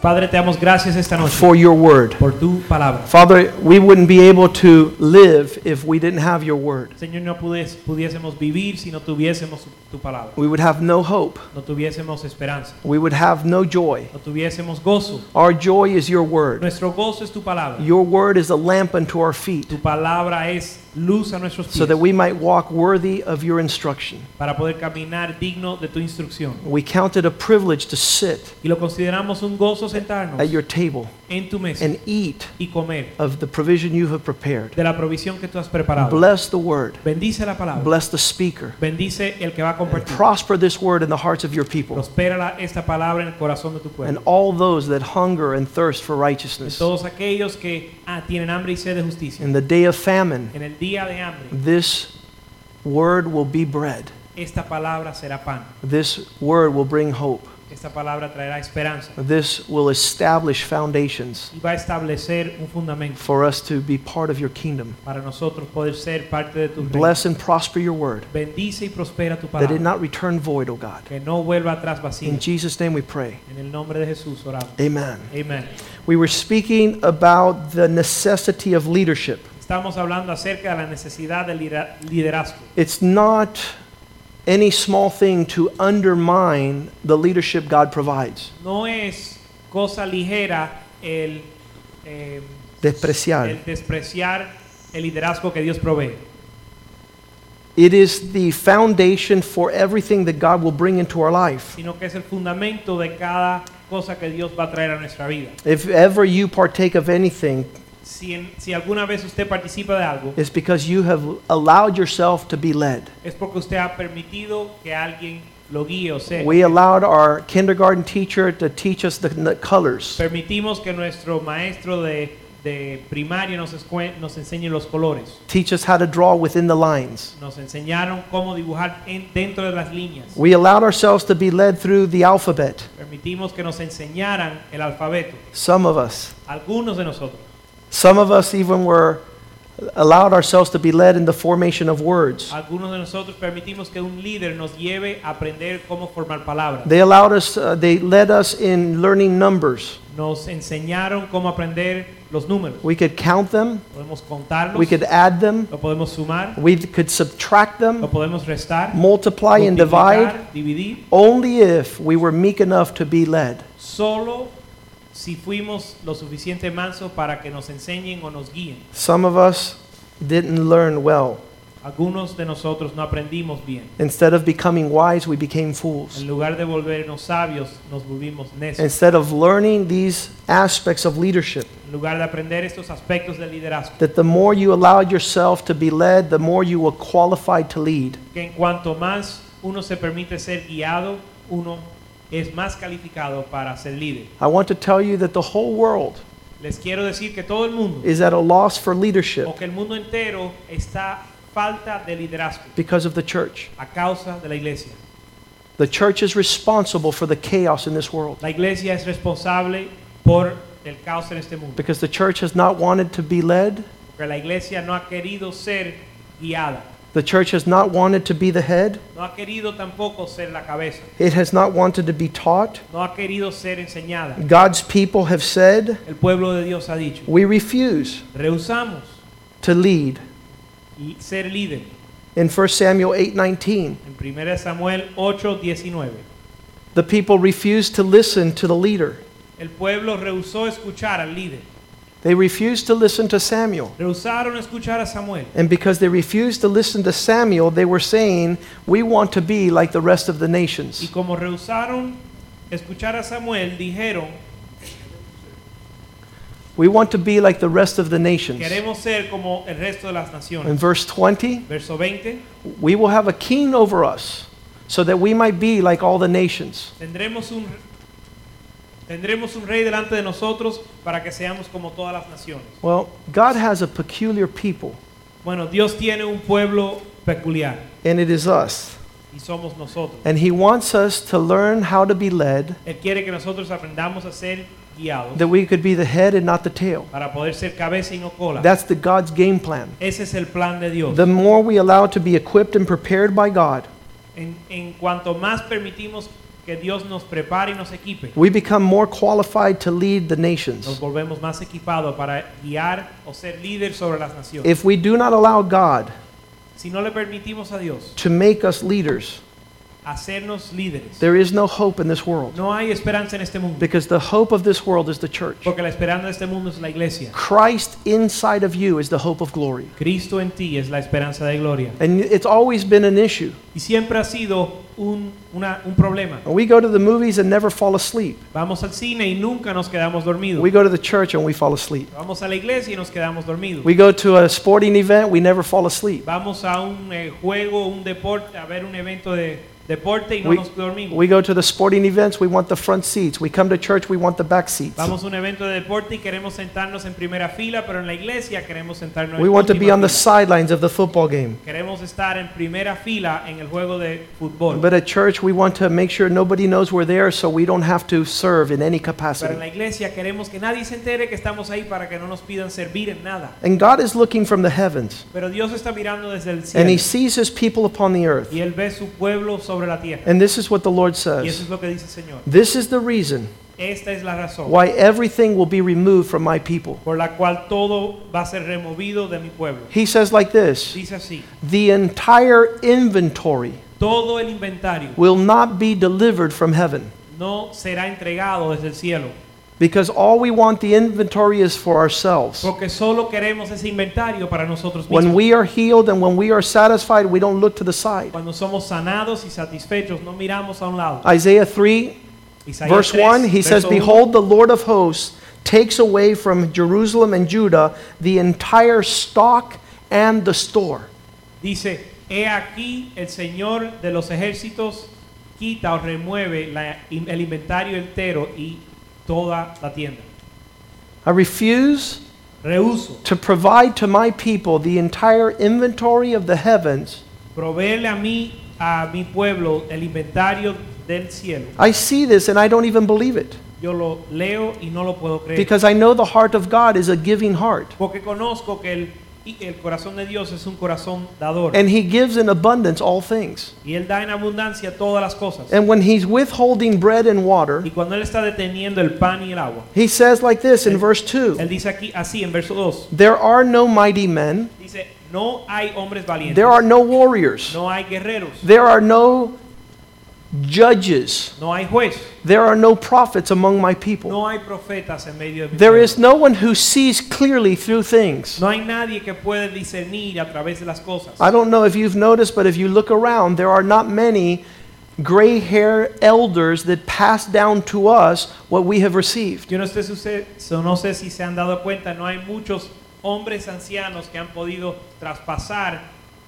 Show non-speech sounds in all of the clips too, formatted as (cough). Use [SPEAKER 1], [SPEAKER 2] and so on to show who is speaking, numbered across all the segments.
[SPEAKER 1] Padre, te damos gracias esta noche
[SPEAKER 2] for your word.
[SPEAKER 1] por tu palabra.
[SPEAKER 2] Father, we wouldn't be able to live if we didn't have your word.
[SPEAKER 1] Señor, no pudes- pudiésemos vivir si no tuviésemos tu palabra,
[SPEAKER 2] We would have no hope.
[SPEAKER 1] no tuviésemos esperanza,
[SPEAKER 2] We would have no joy.
[SPEAKER 1] no tuviésemos gozo.
[SPEAKER 2] Our joy is your word.
[SPEAKER 1] Nuestro gozo es tu palabra.
[SPEAKER 2] Your word is a lamp unto our feet
[SPEAKER 1] Tu palabra es luz a nuestros
[SPEAKER 2] so
[SPEAKER 1] pies
[SPEAKER 2] that we might walk worthy of your instruction.
[SPEAKER 1] para poder caminar digno de tu instrucción.
[SPEAKER 2] We count it a privilege to sit
[SPEAKER 1] Y lo consideramos un gozo sentarnos
[SPEAKER 2] at your table
[SPEAKER 1] en tu mesa
[SPEAKER 2] and eat
[SPEAKER 1] y comer
[SPEAKER 2] of the provision you have prepared.
[SPEAKER 1] de la provisión que tú has preparado.
[SPEAKER 2] Bless the word.
[SPEAKER 1] Bendice la palabra.
[SPEAKER 2] Bless the speaker.
[SPEAKER 1] Bendice el que va a compartir.
[SPEAKER 2] Prosper this word in the hearts of your people
[SPEAKER 1] Prospera la- esta palabra en el corazón de tu pueblo.
[SPEAKER 2] and all those that hunger and thirst for righteousness.
[SPEAKER 1] Todos aquellos que ah, tienen hambre y sed de justicia.
[SPEAKER 2] In the day of famine,
[SPEAKER 1] En el día de hambre,
[SPEAKER 2] This word will be bread.
[SPEAKER 1] esta palabra será pan.
[SPEAKER 2] This word will bring hope.
[SPEAKER 1] Esta palabra traerá esperanza
[SPEAKER 2] This will establish foundations
[SPEAKER 1] y va a establecer un fundamento
[SPEAKER 2] for us to be part of your kingdom.
[SPEAKER 1] para nosotros poder ser parte de tu reino.
[SPEAKER 2] Bless and prosper your word,
[SPEAKER 1] Bendice y prospera tu
[SPEAKER 2] that it
[SPEAKER 1] palabra.
[SPEAKER 2] not return void, O God.
[SPEAKER 1] Que no vuelva atrás vacío.
[SPEAKER 2] In Jesus' name we pray.
[SPEAKER 1] En el nombre de Jesús oramos.
[SPEAKER 2] Amen.
[SPEAKER 1] Amén.
[SPEAKER 2] We were speaking about the necessity of leadership.
[SPEAKER 1] Estamos hablando acerca de la necesidad del lidera- liderazgo.
[SPEAKER 2] It's not any small thing to undermine the leadership God provides.
[SPEAKER 1] No es cosa ligera el, eh,
[SPEAKER 2] Despreciar.
[SPEAKER 1] el despreciar el liderazgo que Dios provee.
[SPEAKER 2] It is the foundation for everything that God will bring into our life.
[SPEAKER 1] sino que es el fundamento de cada cosa que Dios va a traer a nuestra vida.
[SPEAKER 2] If ever you partake of anything,
[SPEAKER 1] Si, en- si alguna vez usted participa de algo,
[SPEAKER 2] it's because you have allowed yourself to be led.
[SPEAKER 1] es porque usted ha permitido que alguien lo guíe o sea.
[SPEAKER 2] We allowed our kindergarten teacher to teach us the, the colors.
[SPEAKER 1] Permitimos que nuestro maestro de, de primaria nos, escue- nos enseñe los colores.
[SPEAKER 2] Teach us how to draw within the lines.
[SPEAKER 1] Nos enseñaron cómo dibujar en- dentro de las líneas.
[SPEAKER 2] We allowed ourselves to be led through the alphabet,
[SPEAKER 1] Permitimos que nos enseñaran el alfabeto,
[SPEAKER 2] some of us.
[SPEAKER 1] algunos de nosotros.
[SPEAKER 2] Some of us even were allowed ourselves to be led in the formation of words.
[SPEAKER 1] Algunos de nosotros permitimos que un líder nos lleve a aprender cómo formar palabras.
[SPEAKER 2] They allowed us, uh, they led us in learning numbers.
[SPEAKER 1] Nos enseñaron cómo aprender los números.
[SPEAKER 2] We could count them,
[SPEAKER 1] Podemos contarlos,
[SPEAKER 2] we could add them,
[SPEAKER 1] lo podemos sumar,
[SPEAKER 2] we could subtract
[SPEAKER 1] lo
[SPEAKER 2] them,
[SPEAKER 1] podemos restar,
[SPEAKER 2] multiply and divide.
[SPEAKER 1] multiplicar, dividir,
[SPEAKER 2] Only if we were meek enough to be led.
[SPEAKER 1] solo si fuimos lo suficiente mansos para que nos enseñen o nos guíen.
[SPEAKER 2] Some of us didn't learn well.
[SPEAKER 1] Algunos de nosotros no aprendimos bien.
[SPEAKER 2] Instead of becoming wise, we became fools.
[SPEAKER 1] En lugar de volvernos sabios, nos volvimos necios.
[SPEAKER 2] Instead of learning these aspects of leadership,
[SPEAKER 1] En lugar de aprender estos aspectos del liderazgo,
[SPEAKER 2] that the more you allow yourself to be led, the more you will qualify to lead.
[SPEAKER 1] que en cuanto más uno se permite ser guiado, uno es más calificado para ser líder.
[SPEAKER 2] I want to tell you that the whole world
[SPEAKER 1] Les quiero decir que todo el mundo
[SPEAKER 2] is at a loss for leadership
[SPEAKER 1] o que el mundo entero está falta de liderazgo
[SPEAKER 2] because of the church.
[SPEAKER 1] a causa de la iglesia.
[SPEAKER 2] The church is responsible for the chaos in this world
[SPEAKER 1] La iglesia es responsable por el caos en este mundo,
[SPEAKER 2] because the church has not wanted to be led,
[SPEAKER 1] porque la iglesia no ha querido ser guiada,
[SPEAKER 2] the church has not wanted to be the head,
[SPEAKER 1] no ha querido tampoco ser la cabeza,
[SPEAKER 2] it has not wanted to be taught.
[SPEAKER 1] no ha querido ser enseñada.
[SPEAKER 2] God's people have said,
[SPEAKER 1] El pueblo de Dios ha dicho,
[SPEAKER 2] we refuse
[SPEAKER 1] rehusamos
[SPEAKER 2] to lead.
[SPEAKER 1] y ser líder.
[SPEAKER 2] In 1 Samuel 8:19,
[SPEAKER 1] En 1 Samuel 8, 19.
[SPEAKER 2] the people refused to listen to the leader.
[SPEAKER 1] El pueblo rehusó escuchar al líder.
[SPEAKER 2] They refused to listen to Samuel.
[SPEAKER 1] Rehusaron escuchar a Samuel.
[SPEAKER 2] And because they refused to listen to Samuel, they were saying, "We want to be like the rest of the
[SPEAKER 1] Y
[SPEAKER 2] nations."
[SPEAKER 1] como rehusaron escuchar a Samuel, dijeron,
[SPEAKER 2] We want to be like the rest of the nations.
[SPEAKER 1] queremos ser como el resto de las
[SPEAKER 2] In
[SPEAKER 1] naciones.
[SPEAKER 2] verse 20,
[SPEAKER 1] Verso 20,
[SPEAKER 2] "We will have a king over us, so that we might be like all the nations."
[SPEAKER 1] tendremos un Tendremos un rey delante de nosotros para que seamos como todas las naciones.
[SPEAKER 2] Well, God has a peculiar people,
[SPEAKER 1] Bueno, Dios tiene un pueblo peculiar
[SPEAKER 2] and it is us.
[SPEAKER 1] y somos nosotros.
[SPEAKER 2] And He wants us to learn how to be led,
[SPEAKER 1] Él quiere que nosotros aprendamos a ser guiados
[SPEAKER 2] that we could be the head and not the tail.
[SPEAKER 1] para poder ser cabeza y no cola.
[SPEAKER 2] That's the God's game plan.
[SPEAKER 1] Ese es el plan de Dios.
[SPEAKER 2] The more we allow it to be equipped and prepared by God,
[SPEAKER 1] En, en cuanto más permitimos que Dios nos prepare y nos equipe,
[SPEAKER 2] we become more qualified to lead the
[SPEAKER 1] nos
[SPEAKER 2] nations.
[SPEAKER 1] volvemos más equipados para guiar o ser líder sobre las naciones.
[SPEAKER 2] If we do not allow God
[SPEAKER 1] Si no le permitimos a Dios
[SPEAKER 2] to make us leaders,
[SPEAKER 1] hacernos líderes,
[SPEAKER 2] there is no hope in this world
[SPEAKER 1] no hay esperanza en este mundo,
[SPEAKER 2] because the hope of this world is the church.
[SPEAKER 1] porque la esperanza de este mundo es la iglesia.
[SPEAKER 2] Christ inside of you is the hope of glory.
[SPEAKER 1] Cristo en ti es la esperanza de gloria.
[SPEAKER 2] And it's always been an issue.
[SPEAKER 1] Y siempre ha sido un, una- un problema.
[SPEAKER 2] We go to the movies and never fall asleep.
[SPEAKER 1] Vamos al cine y nunca nos quedamos dormidos.
[SPEAKER 2] We go to the church and we fall asleep.
[SPEAKER 1] Vamos a la iglesia y nos quedamos dormidos.
[SPEAKER 2] We go to a sporting event, we never fall asleep.
[SPEAKER 1] Vamos a un eh, juego, un deporte, a ver un evento de deporte y no
[SPEAKER 2] We-
[SPEAKER 1] nos dormimos.
[SPEAKER 2] We go to the sporting events, we want the front seats. We come to church, we want the back seats.
[SPEAKER 1] Vamos a un evento de deporte y queremos sentarnos en primera fila, pero en la iglesia queremos sentarnos
[SPEAKER 2] We
[SPEAKER 1] en
[SPEAKER 2] want to be
[SPEAKER 1] última
[SPEAKER 2] on the
[SPEAKER 1] fila.
[SPEAKER 2] sidelines of the football game.
[SPEAKER 1] Queremos estar en primera fila en el juego de fútbol.
[SPEAKER 2] But at church, we want to make sure nobody knows we're there so we don't have to serve in any
[SPEAKER 1] Pero en la
[SPEAKER 2] capacity.
[SPEAKER 1] iglesia queremos que nadie se entere que estamos ahí para que no nos pidan servir en nada.
[SPEAKER 2] And God is looking from the heavens,
[SPEAKER 1] Pero Dios está mirando desde el
[SPEAKER 2] and
[SPEAKER 1] cielo
[SPEAKER 2] He sees His people upon the earth.
[SPEAKER 1] y Él ve su pueblo sobre la tierra.
[SPEAKER 2] And this is what the Lord
[SPEAKER 1] Y eso
[SPEAKER 2] says
[SPEAKER 1] es lo que dice el Señor.
[SPEAKER 2] This is the reason
[SPEAKER 1] Esta es la razón
[SPEAKER 2] why everything will be removed from my people.
[SPEAKER 1] por la cual todo va a ser removido de mi pueblo.
[SPEAKER 2] He says like this
[SPEAKER 1] Dice así,
[SPEAKER 2] The entire inventory
[SPEAKER 1] todo el inventario
[SPEAKER 2] will not be delivered from heaven.
[SPEAKER 1] no será entregado desde el cielo,
[SPEAKER 2] Because all we want the inventory is for ourselves.
[SPEAKER 1] porque solo queremos ese inventario para nosotros mismos.
[SPEAKER 2] When we are healed and when we are satisfied, we don't look to the side.
[SPEAKER 1] Cuando somos sanados y satisfechos, no miramos a un lado.
[SPEAKER 2] Isaiah 3,
[SPEAKER 1] Isaías
[SPEAKER 2] verse
[SPEAKER 1] 3,
[SPEAKER 2] 1, he
[SPEAKER 1] verso
[SPEAKER 2] says,
[SPEAKER 1] uno,
[SPEAKER 2] Behold, the Lord of hosts takes away from Jerusalem and Judah the entire stock and the store.
[SPEAKER 1] dice, he aquí el Señor de los ejércitos quita o remueve la- el inventario entero y toda la tienda.
[SPEAKER 2] I refuse
[SPEAKER 1] Rehuso
[SPEAKER 2] to provide to my people the entire inventory of the heavens.
[SPEAKER 1] proveerle a mí, a mi pueblo, el inventario del cielo.
[SPEAKER 2] I see this and I don't even believe it
[SPEAKER 1] Yo lo leo y no lo puedo creer.
[SPEAKER 2] because I know the heart of God is a giving heart.
[SPEAKER 1] Porque conozco que el, y el corazón de Dios es un corazón dador.
[SPEAKER 2] And he gives in abundance all things.
[SPEAKER 1] y Él da en abundancia todas las cosas.
[SPEAKER 2] And when he's withholding bread and water,
[SPEAKER 1] y cuando Él está deteniendo el pan y el agua,
[SPEAKER 2] he says like this in
[SPEAKER 1] Él-
[SPEAKER 2] verse 2
[SPEAKER 1] Él dice aquí, así en verso 2,
[SPEAKER 2] There are no mighty men,
[SPEAKER 1] dice, no hay hombres valientes,
[SPEAKER 2] there are no warriors,
[SPEAKER 1] no hay guerreros,
[SPEAKER 2] there are no judges,
[SPEAKER 1] no hay juez,
[SPEAKER 2] there are no prophets among my people.
[SPEAKER 1] no hay profetas en medio de mi
[SPEAKER 2] There
[SPEAKER 1] pueblo.
[SPEAKER 2] is no one who sees clearly through things.
[SPEAKER 1] No hay nadie que puede discernir a través de las cosas.
[SPEAKER 2] I don't know if you've noticed, but if you look around, there are not many gray hair elders that pass down to us what we have received.
[SPEAKER 1] Yo no sé, si usted- so- no sé si se han dado cuenta, no hay muchos hombres ancianos que han podido traspasar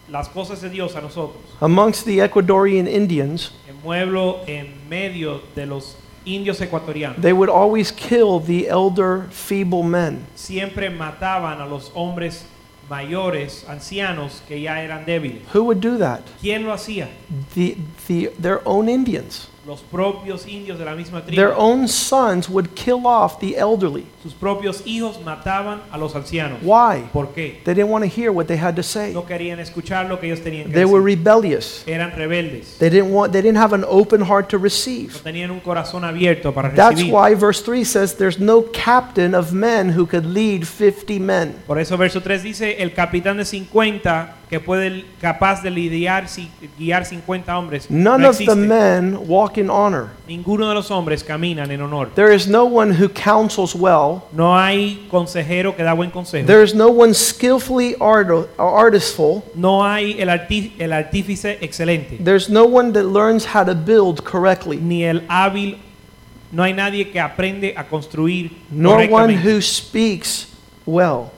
[SPEAKER 1] las cosas de Dios a nosotros.
[SPEAKER 2] Amongst the Ecuadorian Indians,
[SPEAKER 1] El mueblo en medio de los indios ecuatorianos.
[SPEAKER 2] they would always kill the elder, feeble men.
[SPEAKER 1] Siempre mataban a los hombres mayores, ancianos, que ya eran débiles.
[SPEAKER 2] Who would do that?
[SPEAKER 1] ¿Quién lo hacía?
[SPEAKER 2] The, the, their own Indians.
[SPEAKER 1] Los propios indios de la misma tribu.
[SPEAKER 2] Their own sons would kill off the elderly.
[SPEAKER 1] Sus propios hijos mataban a los ancianos.
[SPEAKER 2] Why?
[SPEAKER 1] ¿Por qué?
[SPEAKER 2] They didn't want to hear what they had to say.
[SPEAKER 1] No querían escuchar lo que ellos tenían que
[SPEAKER 2] They were
[SPEAKER 1] decir.
[SPEAKER 2] rebellious.
[SPEAKER 1] Eran rebeldes.
[SPEAKER 2] They didn't want they didn't have an open heart to
[SPEAKER 1] No
[SPEAKER 2] receive.
[SPEAKER 1] tenían un corazón abierto para
[SPEAKER 2] That's
[SPEAKER 1] recibir.
[SPEAKER 2] why verse 3 says there's no captain of men who could lead 50 men.
[SPEAKER 1] Por eso verso 3 dice, el capitán de 50 que puede capaz de lidiar ci- guiar 50 hombres.
[SPEAKER 2] None
[SPEAKER 1] no
[SPEAKER 2] of the
[SPEAKER 1] existe.
[SPEAKER 2] men walk in honor.
[SPEAKER 1] Ninguno de los hombres caminan en honor.
[SPEAKER 2] There is no one who counsels well.
[SPEAKER 1] No hay consejero que da buen consejo.
[SPEAKER 2] There is no one skillfully arto- artistful.
[SPEAKER 1] no hay el, arti- el artífice excelente,
[SPEAKER 2] There's no one that learns how to build correctly.
[SPEAKER 1] ni el hábil. No hay nadie que aprende a construir
[SPEAKER 2] nor one
[SPEAKER 1] correctamente.
[SPEAKER 2] who speaks well.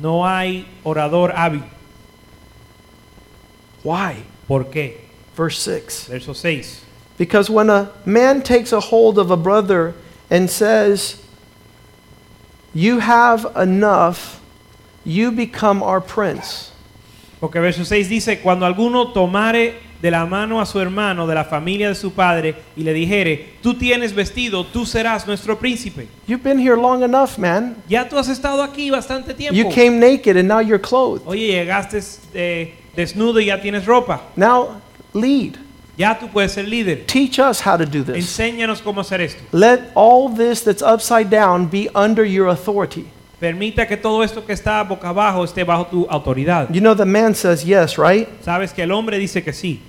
[SPEAKER 1] No hay orador hábil.
[SPEAKER 2] Why?
[SPEAKER 1] ¿Por qué?
[SPEAKER 2] Verse 6.
[SPEAKER 1] Verso 6.
[SPEAKER 2] Because when a man takes a hold of a brother and says, You have enough, you become our prince.
[SPEAKER 1] Porque verso 6 dice, cuando alguno tomare de la mano a su hermano de la familia de su padre y le dijere, tú tienes vestido, tú serás nuestro príncipe.
[SPEAKER 2] You've been here long enough, man.
[SPEAKER 1] Ya tú has estado aquí bastante
[SPEAKER 2] You
[SPEAKER 1] tiempo.
[SPEAKER 2] came naked and now you're clothed.
[SPEAKER 1] Oye, llegaste eh, desnudo y ya tienes ropa.
[SPEAKER 2] Now lead.
[SPEAKER 1] Ya tú puedes ser líder.
[SPEAKER 2] Teach us how to do this.
[SPEAKER 1] Enséñanos cómo hacer esto.
[SPEAKER 2] Let all this that's upside down be under your authority.
[SPEAKER 1] Permita que todo esto que está boca abajo esté bajo tu autoridad.
[SPEAKER 2] You know, the man says yes, right?
[SPEAKER 1] Sabes que el hombre dice que sí.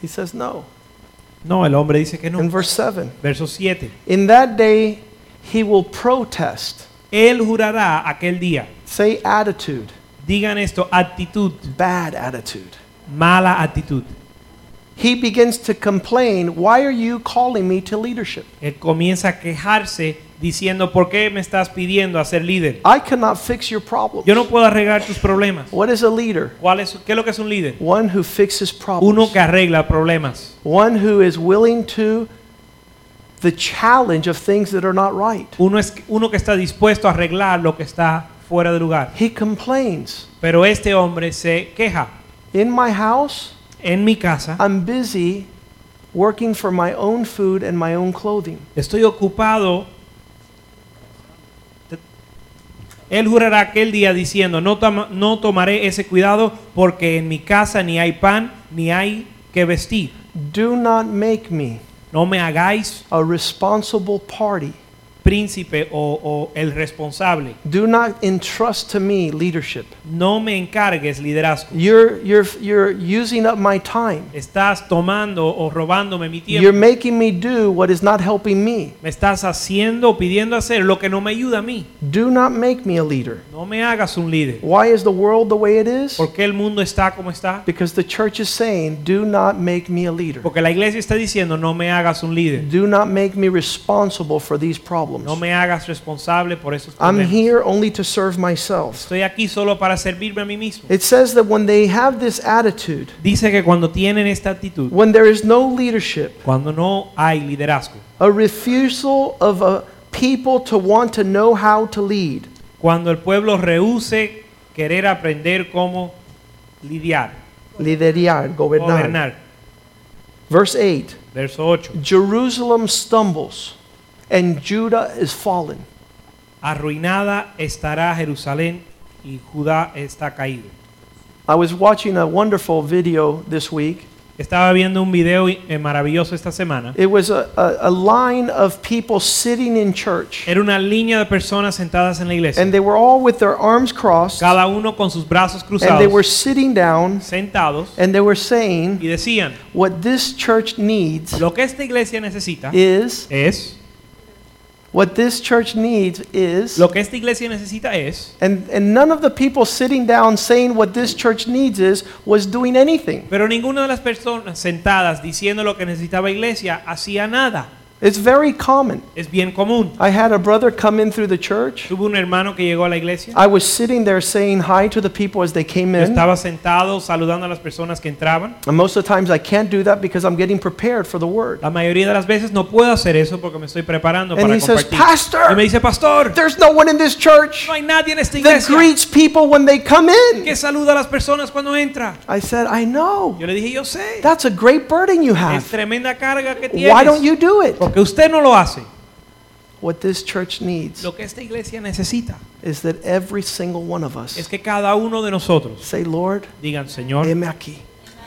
[SPEAKER 2] He says no.
[SPEAKER 1] No, el hombre dice que
[SPEAKER 2] In
[SPEAKER 1] no.
[SPEAKER 2] verse 7,
[SPEAKER 1] Verso 7.
[SPEAKER 2] in that day he will protest.
[SPEAKER 1] Él jurará aquel día.
[SPEAKER 2] Say attitude,
[SPEAKER 1] Digan esto, actitud,
[SPEAKER 2] bad attitude.
[SPEAKER 1] mala actitud.
[SPEAKER 2] He begins to complain, Why are you calling me to leadership?
[SPEAKER 1] Él comienza a quejarse diciendo, ¿por qué me estás pidiendo a ser líder?
[SPEAKER 2] I cannot fix your problems.
[SPEAKER 1] Yo no puedo arreglar tus problemas.
[SPEAKER 2] What is a leader?
[SPEAKER 1] ¿Cuál es, ¿Qué es lo que es un líder?
[SPEAKER 2] One who fixes
[SPEAKER 1] Uno
[SPEAKER 2] problems.
[SPEAKER 1] que arregla problemas.
[SPEAKER 2] One who is willing to the challenge of things that are not right.
[SPEAKER 1] Uno es uno que está dispuesto a arreglar lo que está fuera de lugar.
[SPEAKER 2] He complains,
[SPEAKER 1] Pero este hombre se queja.
[SPEAKER 2] In my house,
[SPEAKER 1] En mi casa
[SPEAKER 2] I'm busy working for my own food and my own clothing.
[SPEAKER 1] estoy ocupado. Él jurará aquel día diciendo, no, toma- no tomaré ese cuidado porque en mi casa ni hay pan ni hay que vestir.
[SPEAKER 2] Do not make me
[SPEAKER 1] No me hagáis
[SPEAKER 2] a responsible party.
[SPEAKER 1] príncipe o, o el responsable.
[SPEAKER 2] Do not entrust to me leadership.
[SPEAKER 1] No me encargues liderazgo.
[SPEAKER 2] You're, you're, you're using up my time.
[SPEAKER 1] Estás tomando o robándome mi
[SPEAKER 2] You're
[SPEAKER 1] tiempo.
[SPEAKER 2] making me do what is not helping me.
[SPEAKER 1] Me estás haciendo o pidiendo hacer lo que no me ayuda a mí.
[SPEAKER 2] Do not make me a leader.
[SPEAKER 1] No me hagas un líder.
[SPEAKER 2] Why is the world the way it is?
[SPEAKER 1] ¿Por qué el mundo está como está?
[SPEAKER 2] Because the church is saying, do not make me a leader.
[SPEAKER 1] Porque la iglesia está diciendo, no me hagas un líder.
[SPEAKER 2] Do not make me responsible for these problems.
[SPEAKER 1] No me hagas responsable por esos
[SPEAKER 2] I'm
[SPEAKER 1] problemas.
[SPEAKER 2] here only to serve myself.
[SPEAKER 1] Estoy aquí solo para servirme a mí mismo.
[SPEAKER 2] It says that when they have this attitude,
[SPEAKER 1] Dice que cuando tienen esta actitud,
[SPEAKER 2] when there is no leadership,
[SPEAKER 1] cuando no hay liderazgo,
[SPEAKER 2] a refusal of a people to want to know how to lead,
[SPEAKER 1] cuando el pueblo rehúse querer aprender cómo lidiar,
[SPEAKER 2] liderar, gobernar.
[SPEAKER 1] gobernar.
[SPEAKER 2] Verse 8
[SPEAKER 1] Verso 8.
[SPEAKER 2] Jerusalem stumbles and Judah is fallen.
[SPEAKER 1] Arruinada estará Jerusalén y Judá está caído.
[SPEAKER 2] I was watching a wonderful video this week.
[SPEAKER 1] Estaba viendo un video eh, maravilloso esta semana.
[SPEAKER 2] It was a, a, a line of people sitting in church,
[SPEAKER 1] Era una línea de personas sentadas en la iglesia.
[SPEAKER 2] and they were all with their arms crossed, and
[SPEAKER 1] Cada uno con sus brazos
[SPEAKER 2] they were
[SPEAKER 1] cruzados,
[SPEAKER 2] sitting down,
[SPEAKER 1] sentados,
[SPEAKER 2] and they were
[SPEAKER 1] y
[SPEAKER 2] saying,
[SPEAKER 1] decían,
[SPEAKER 2] What this church needs
[SPEAKER 1] lo que esta iglesia necesita
[SPEAKER 2] is,
[SPEAKER 1] es,
[SPEAKER 2] what this church needs is,
[SPEAKER 1] lo que esta iglesia necesita es,
[SPEAKER 2] and, and none of the people sitting down saying what this church needs is was doing anything.
[SPEAKER 1] pero ninguna de las personas sentadas diciendo lo que necesitaba iglesia hacía nada.
[SPEAKER 2] It's very common.
[SPEAKER 1] Es bien común.
[SPEAKER 2] I had a brother come in through the church.
[SPEAKER 1] Tuve un hermano que llegó a la iglesia.
[SPEAKER 2] I was sitting there saying hi to the people as they came
[SPEAKER 1] Yo
[SPEAKER 2] in.
[SPEAKER 1] estaba sentado saludando a las personas que entraban.
[SPEAKER 2] And most of the times I can't do that because I'm getting prepared for the word.
[SPEAKER 1] La mayoría de las veces no puedo hacer eso porque me estoy preparando
[SPEAKER 2] And
[SPEAKER 1] para
[SPEAKER 2] he says,
[SPEAKER 1] compartir. y me
[SPEAKER 2] Pastor,
[SPEAKER 1] dice, pastor,
[SPEAKER 2] there's no one in this church
[SPEAKER 1] no hay nadie en esta
[SPEAKER 2] that
[SPEAKER 1] iglesia
[SPEAKER 2] greets people when they come in.
[SPEAKER 1] que saluda a las personas cuando entra.
[SPEAKER 2] I said, I know.
[SPEAKER 1] Yo le dije, yo sé,
[SPEAKER 2] That's a great burden you
[SPEAKER 1] es
[SPEAKER 2] have.
[SPEAKER 1] tremenda carga que
[SPEAKER 2] Why
[SPEAKER 1] tienes.
[SPEAKER 2] don't you do it?
[SPEAKER 1] Porque usted no lo hace.
[SPEAKER 2] What this church needs
[SPEAKER 1] Lo que esta iglesia necesita
[SPEAKER 2] is that every single one of
[SPEAKER 1] es
[SPEAKER 2] us
[SPEAKER 1] que cada uno de nosotros
[SPEAKER 2] say, Lord,
[SPEAKER 1] digan, Señor,
[SPEAKER 2] heme aquí.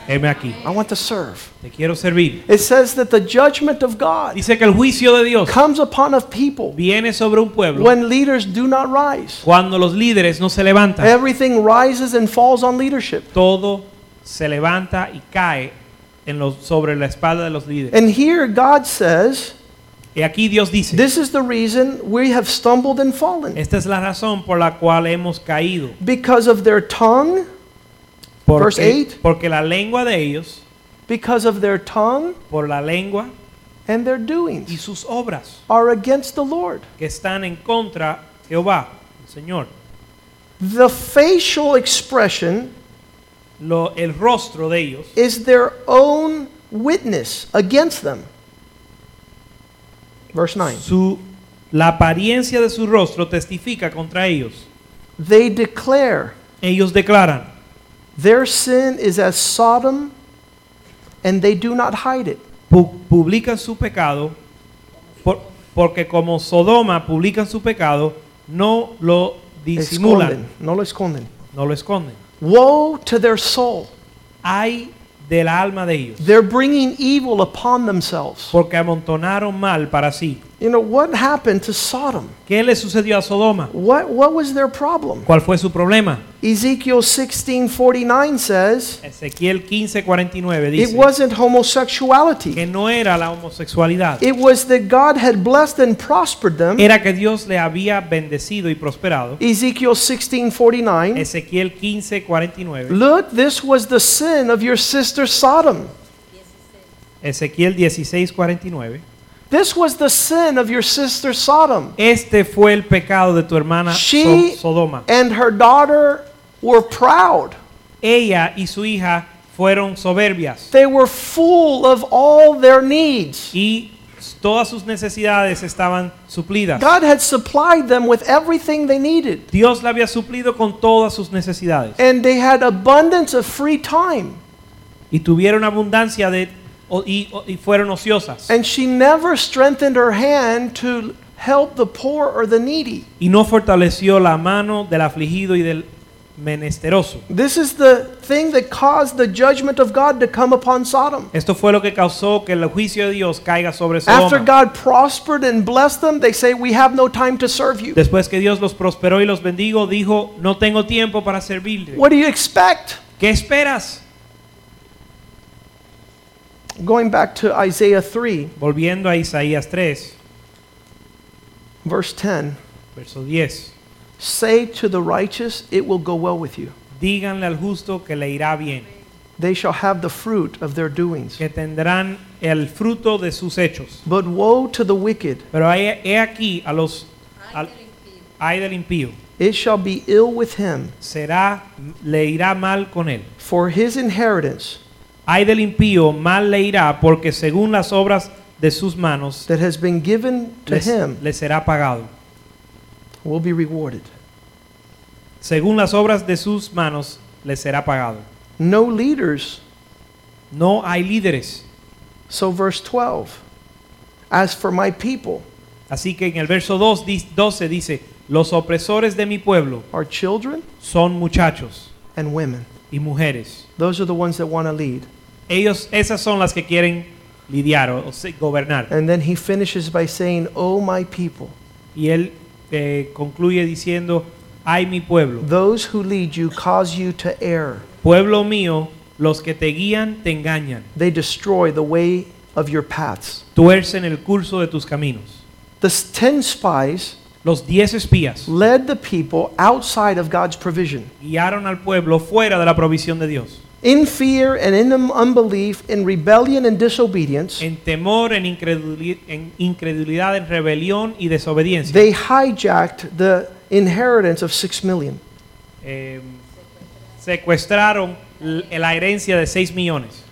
[SPEAKER 1] heme aquí,
[SPEAKER 2] I want to serve.
[SPEAKER 1] te quiero servir.
[SPEAKER 2] It says that the judgment of God
[SPEAKER 1] Dice que el juicio de Dios
[SPEAKER 2] comes upon a people
[SPEAKER 1] viene sobre un pueblo
[SPEAKER 2] when leaders do not rise.
[SPEAKER 1] cuando los líderes no se levantan.
[SPEAKER 2] Everything rises and falls on leadership.
[SPEAKER 1] Todo se levanta y cae en los, sobre la espalda de los líderes.
[SPEAKER 2] And here God says,
[SPEAKER 1] Y aquí Dios dice,
[SPEAKER 2] This is the reason we have stumbled and fallen.
[SPEAKER 1] esta es la razón por la cual hemos caído.
[SPEAKER 2] Because of their tongue, Verse
[SPEAKER 1] Porque,
[SPEAKER 2] eight.
[SPEAKER 1] porque la lengua de ellos,
[SPEAKER 2] because of their tongue
[SPEAKER 1] por la lengua
[SPEAKER 2] and their
[SPEAKER 1] y
[SPEAKER 2] doings
[SPEAKER 1] sus obras
[SPEAKER 2] are against the Lord.
[SPEAKER 1] que están en contra de Jehová, el Señor.
[SPEAKER 2] The facial expression
[SPEAKER 1] Lo- el rostro de ellos
[SPEAKER 2] is their own witness against them. Verse 9.
[SPEAKER 1] Su, la apariencia de su rostro testifica contra ellos.
[SPEAKER 2] They declare
[SPEAKER 1] Ellos declaran,
[SPEAKER 2] their sin is as Sodom, and they do not hide it.
[SPEAKER 1] pu- publican su pecado, por- porque como Sodoma publican su pecado, no lo
[SPEAKER 2] Esconden.
[SPEAKER 1] disimulan,
[SPEAKER 2] No lo esconden.
[SPEAKER 1] no lo esconden.
[SPEAKER 2] Woe to their soul.
[SPEAKER 1] Hay del alma de ellos,
[SPEAKER 2] They're bringing evil upon themselves.
[SPEAKER 1] porque amontonaron mal para sí.
[SPEAKER 2] You know, what happened to Sodom?
[SPEAKER 1] ¿Qué le sucedió a Sodoma?
[SPEAKER 2] What, what was their problem?
[SPEAKER 1] ¿Cuál fue su problema?
[SPEAKER 2] Ezekiel 16:49 says
[SPEAKER 1] Ezequiel 15:49
[SPEAKER 2] it
[SPEAKER 1] dice
[SPEAKER 2] wasn't homosexuality.
[SPEAKER 1] que no era la homosexualidad,
[SPEAKER 2] It was that God had blessed and prospered them.
[SPEAKER 1] era que Dios le había bendecido y prosperado.
[SPEAKER 2] Ezekiel 16:49.
[SPEAKER 1] Ezequiel 15:49,
[SPEAKER 2] Look, this was the sin of your sister Sodom.
[SPEAKER 1] Ezequiel 16:49.
[SPEAKER 2] This was the sin of your sister Sodom.
[SPEAKER 1] Este fue el pecado de tu hermana
[SPEAKER 2] She
[SPEAKER 1] So- Sodoma.
[SPEAKER 2] and her daughter were proud.
[SPEAKER 1] Ella y su hija fueron soberbias
[SPEAKER 2] They were full of all their needs.
[SPEAKER 1] y todas sus necesidades estaban suplidas.
[SPEAKER 2] God had supplied them with everything they needed.
[SPEAKER 1] Dios la había suplido con todas sus necesidades
[SPEAKER 2] And they had abundance of free time.
[SPEAKER 1] y tuvieron abundancia de o- y, o- y fueron ociosas
[SPEAKER 2] And she never strengthened her hand to help the poor or the needy.
[SPEAKER 1] y no fortaleció la mano del afligido y del menesteroso.
[SPEAKER 2] This is the thing that caused the judgment of God to come upon Sodom.
[SPEAKER 1] Esto fue lo que causó que el juicio de Dios caiga sobre
[SPEAKER 2] After
[SPEAKER 1] Sodoma.
[SPEAKER 2] God prospered and blessed them, they say, We have no time to serve you.
[SPEAKER 1] Después que Dios los prosperó y los bendijo, dijo, no tengo tiempo para servirle.
[SPEAKER 2] What do you expect?
[SPEAKER 1] ¿Qué esperas?
[SPEAKER 2] Going back to Isaiah 3,
[SPEAKER 1] Volviendo a Isaías 3,
[SPEAKER 2] verse 10
[SPEAKER 1] verso 10.
[SPEAKER 2] Say to the righteous, It will go well with you.
[SPEAKER 1] Díganle al justo que le irá bien,
[SPEAKER 2] They shall have the fruit of their doings.
[SPEAKER 1] que tendrán el fruto de sus hechos.
[SPEAKER 2] But woe to the wicked,
[SPEAKER 1] Pero he, he aquí a los... al- Ay del impío.
[SPEAKER 2] it shall be ill with him,
[SPEAKER 1] Será, le irá mal con él.
[SPEAKER 2] for his inheritance
[SPEAKER 1] Ay del impío, mal le irá, porque según las obras de sus manos
[SPEAKER 2] that has been given to
[SPEAKER 1] les-
[SPEAKER 2] him
[SPEAKER 1] le será pagado.
[SPEAKER 2] will be rewarded.
[SPEAKER 1] Según las obras de sus manos le será pagado.
[SPEAKER 2] No leaders.
[SPEAKER 1] No hay líderes.
[SPEAKER 2] So, verse 12 As for my people,
[SPEAKER 1] Así que en el verso 2, di- 12 dice, los opresores de mi pueblo
[SPEAKER 2] our children
[SPEAKER 1] son muchachos
[SPEAKER 2] and women,
[SPEAKER 1] y mujeres.
[SPEAKER 2] those are the ones that want to lead.
[SPEAKER 1] Ellos, esas son las que quieren lidiar o, o se- gobernar.
[SPEAKER 2] And then he finishes by saying, Oh, my people,
[SPEAKER 1] Y él eh, concluye diciendo, ay mi pueblo,
[SPEAKER 2] those who lead you cause you to err.
[SPEAKER 1] pueblo mío, los que te guían te engañan,
[SPEAKER 2] They destroy the way of your paths.
[SPEAKER 1] tuercen el curso de tus caminos.
[SPEAKER 2] The s- ten spies
[SPEAKER 1] Los diez espías
[SPEAKER 2] led the people outside of God's provision,
[SPEAKER 1] guiaron al pueblo fuera de la provisión de Dios.
[SPEAKER 2] in fear and in um, unbelief, in rebellion and disobedience.
[SPEAKER 1] en temor, en, increduli- en incredulidad, en rebelión y desobediencia.
[SPEAKER 2] They hijacked the inheritance of six million.
[SPEAKER 1] Eh, secuestraron l- la herencia de 6 millones.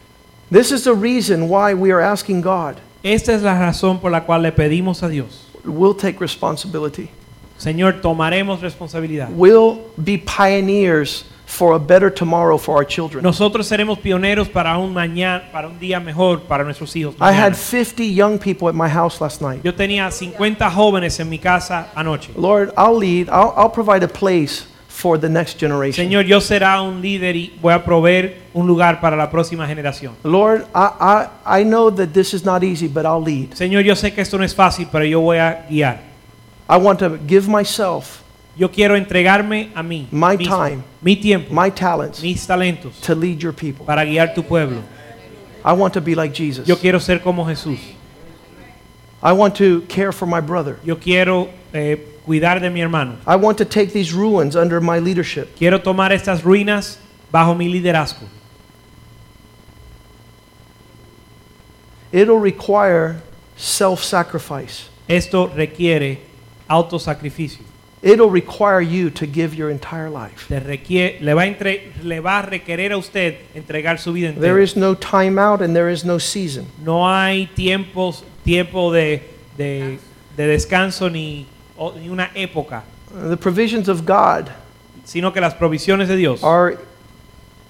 [SPEAKER 2] This is the reason why we are asking God,
[SPEAKER 1] Esta es la razón por la cual le pedimos a Dios,
[SPEAKER 2] we'll take responsibility.
[SPEAKER 1] Señor, tomaremos responsabilidad.
[SPEAKER 2] We'll be pioneers for a better tomorrow for our children.
[SPEAKER 1] Nosotros seremos pioneros para un mañana, para un día mejor para nuestros hijos.
[SPEAKER 2] I had
[SPEAKER 1] mañana.
[SPEAKER 2] 50 young people at my house last night.
[SPEAKER 1] Yo tenía 50 jóvenes en mi casa anoche.
[SPEAKER 2] Lord, I'll lead, I'll, I'll provide a place for the next generation.
[SPEAKER 1] Señor, yo será un líder y voy a proveer un lugar para la próxima generación.
[SPEAKER 2] Lord, I, I, I know that this is not easy, but I'll lead.
[SPEAKER 1] Señor, yo sé que esto no es fácil, pero yo voy a guiar.
[SPEAKER 2] I want to give myself,
[SPEAKER 1] Yo quiero entregarme a mí,
[SPEAKER 2] My
[SPEAKER 1] mismo,
[SPEAKER 2] time.
[SPEAKER 1] mi tiempo,
[SPEAKER 2] my talents,
[SPEAKER 1] mis talentos
[SPEAKER 2] to lead your people.
[SPEAKER 1] para guiar tu pueblo.
[SPEAKER 2] I want to be like Jesus.
[SPEAKER 1] Yo quiero ser como Jesús.
[SPEAKER 2] I want to care for my brother.
[SPEAKER 1] Yo quiero eh, cuidar de mi hermano.
[SPEAKER 2] I want to take these ruins under my leadership.
[SPEAKER 1] Quiero tomar estas ruinas bajo mi liderazgo.
[SPEAKER 2] It'll require self sacrifice.
[SPEAKER 1] Esto requiere autosacrificio.
[SPEAKER 2] It'll require you to give your entire life.
[SPEAKER 1] Te requiere, le, va a entre- le va a requerir a usted entregar su vida
[SPEAKER 2] There
[SPEAKER 1] entera.
[SPEAKER 2] is no time out and there is no season.
[SPEAKER 1] No hay tiempos, tiempo de, de, de descanso ni, o- ni una época,
[SPEAKER 2] The provisions of God
[SPEAKER 1] sino que las provisiones de Dios
[SPEAKER 2] are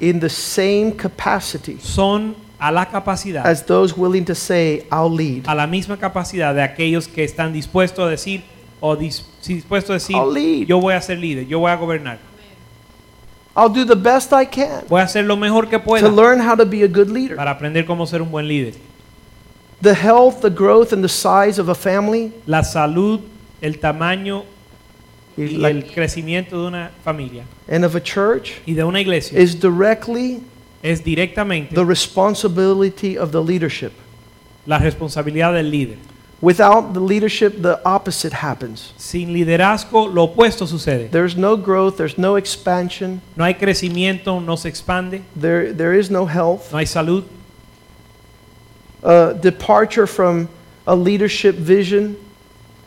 [SPEAKER 2] in the same capacity
[SPEAKER 1] son a la capacidad,
[SPEAKER 2] as those willing to say, I'll lead.
[SPEAKER 1] a la misma capacidad de aquellos que están dispuestos a decir o dis- sí, dispuestos a
[SPEAKER 2] I'll lead.
[SPEAKER 1] decir, yo voy a ser líder, yo voy a gobernar,
[SPEAKER 2] I'll do the best I can
[SPEAKER 1] voy a hacer lo mejor que
[SPEAKER 2] to
[SPEAKER 1] pueda
[SPEAKER 2] learn how to be a good leader.
[SPEAKER 1] para aprender cómo ser un buen líder.
[SPEAKER 2] The health, the growth, and the size of a family,
[SPEAKER 1] La salud, el tamaño
[SPEAKER 2] is
[SPEAKER 1] y
[SPEAKER 2] like-
[SPEAKER 1] el crecimiento de una familia
[SPEAKER 2] and of a church,
[SPEAKER 1] y de una iglesia
[SPEAKER 2] is directly
[SPEAKER 1] es directamente
[SPEAKER 2] the responsibility of the leadership.
[SPEAKER 1] la responsabilidad del líder.
[SPEAKER 2] Without the leadership, the opposite happens.
[SPEAKER 1] Sin liderazgo, lo opuesto sucede.
[SPEAKER 2] There's no growth, there's no expansion,
[SPEAKER 1] No hay crecimiento, no se expande,
[SPEAKER 2] there, there is no health.
[SPEAKER 1] no hay salud.
[SPEAKER 2] Uh, departure from a leadership vision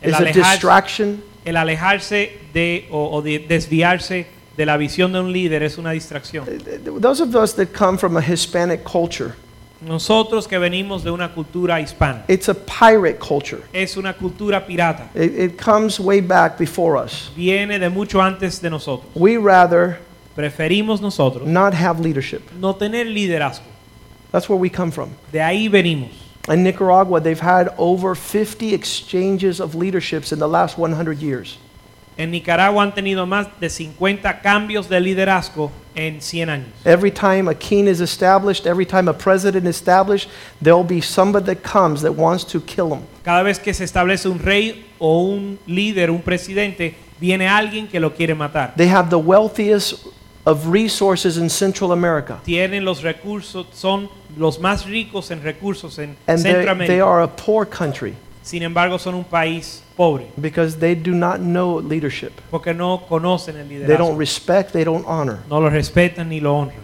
[SPEAKER 1] El
[SPEAKER 2] is a
[SPEAKER 1] alejarse,
[SPEAKER 2] distraction.
[SPEAKER 1] el alejarse de o, o de desviarse de la visión de un líder es una distracción.
[SPEAKER 2] Those of us that come from a Hispanic culture,
[SPEAKER 1] Nosotros que venimos de una cultura hispana,
[SPEAKER 2] it's a pirate culture.
[SPEAKER 1] es una cultura pirata.
[SPEAKER 2] It, it comes way back before us.
[SPEAKER 1] Viene de mucho antes de nosotros.
[SPEAKER 2] We rather
[SPEAKER 1] Preferimos nosotros
[SPEAKER 2] not have leadership.
[SPEAKER 1] no tener liderazgo.
[SPEAKER 2] That's where we come from.
[SPEAKER 1] De ahí venimos.
[SPEAKER 2] In Nicaragua, they've had over 50 exchanges of leaderships in the last 100 years.
[SPEAKER 1] En Nicaragua han tenido más de 50 cambios de liderazgo en 100 años.
[SPEAKER 2] Every time a king is established, every time a president is established, there'll be somebody that comes that wants to kill him.
[SPEAKER 1] Cada vez que se establece un rey o un líder, un presidente, viene alguien que lo quiere matar.
[SPEAKER 2] They have the wealthiest of resources in Central America,
[SPEAKER 1] Tienen los recursos, son los más ricos en recursos en
[SPEAKER 2] and they,
[SPEAKER 1] Centroamérica.
[SPEAKER 2] they are a poor country
[SPEAKER 1] Sin embargo, son un país pobre
[SPEAKER 2] because they do not know leadership.
[SPEAKER 1] porque no conocen el
[SPEAKER 2] They don't
[SPEAKER 1] liderazgo,
[SPEAKER 2] respect, they don't honor.
[SPEAKER 1] no lo respetan ni lo honran.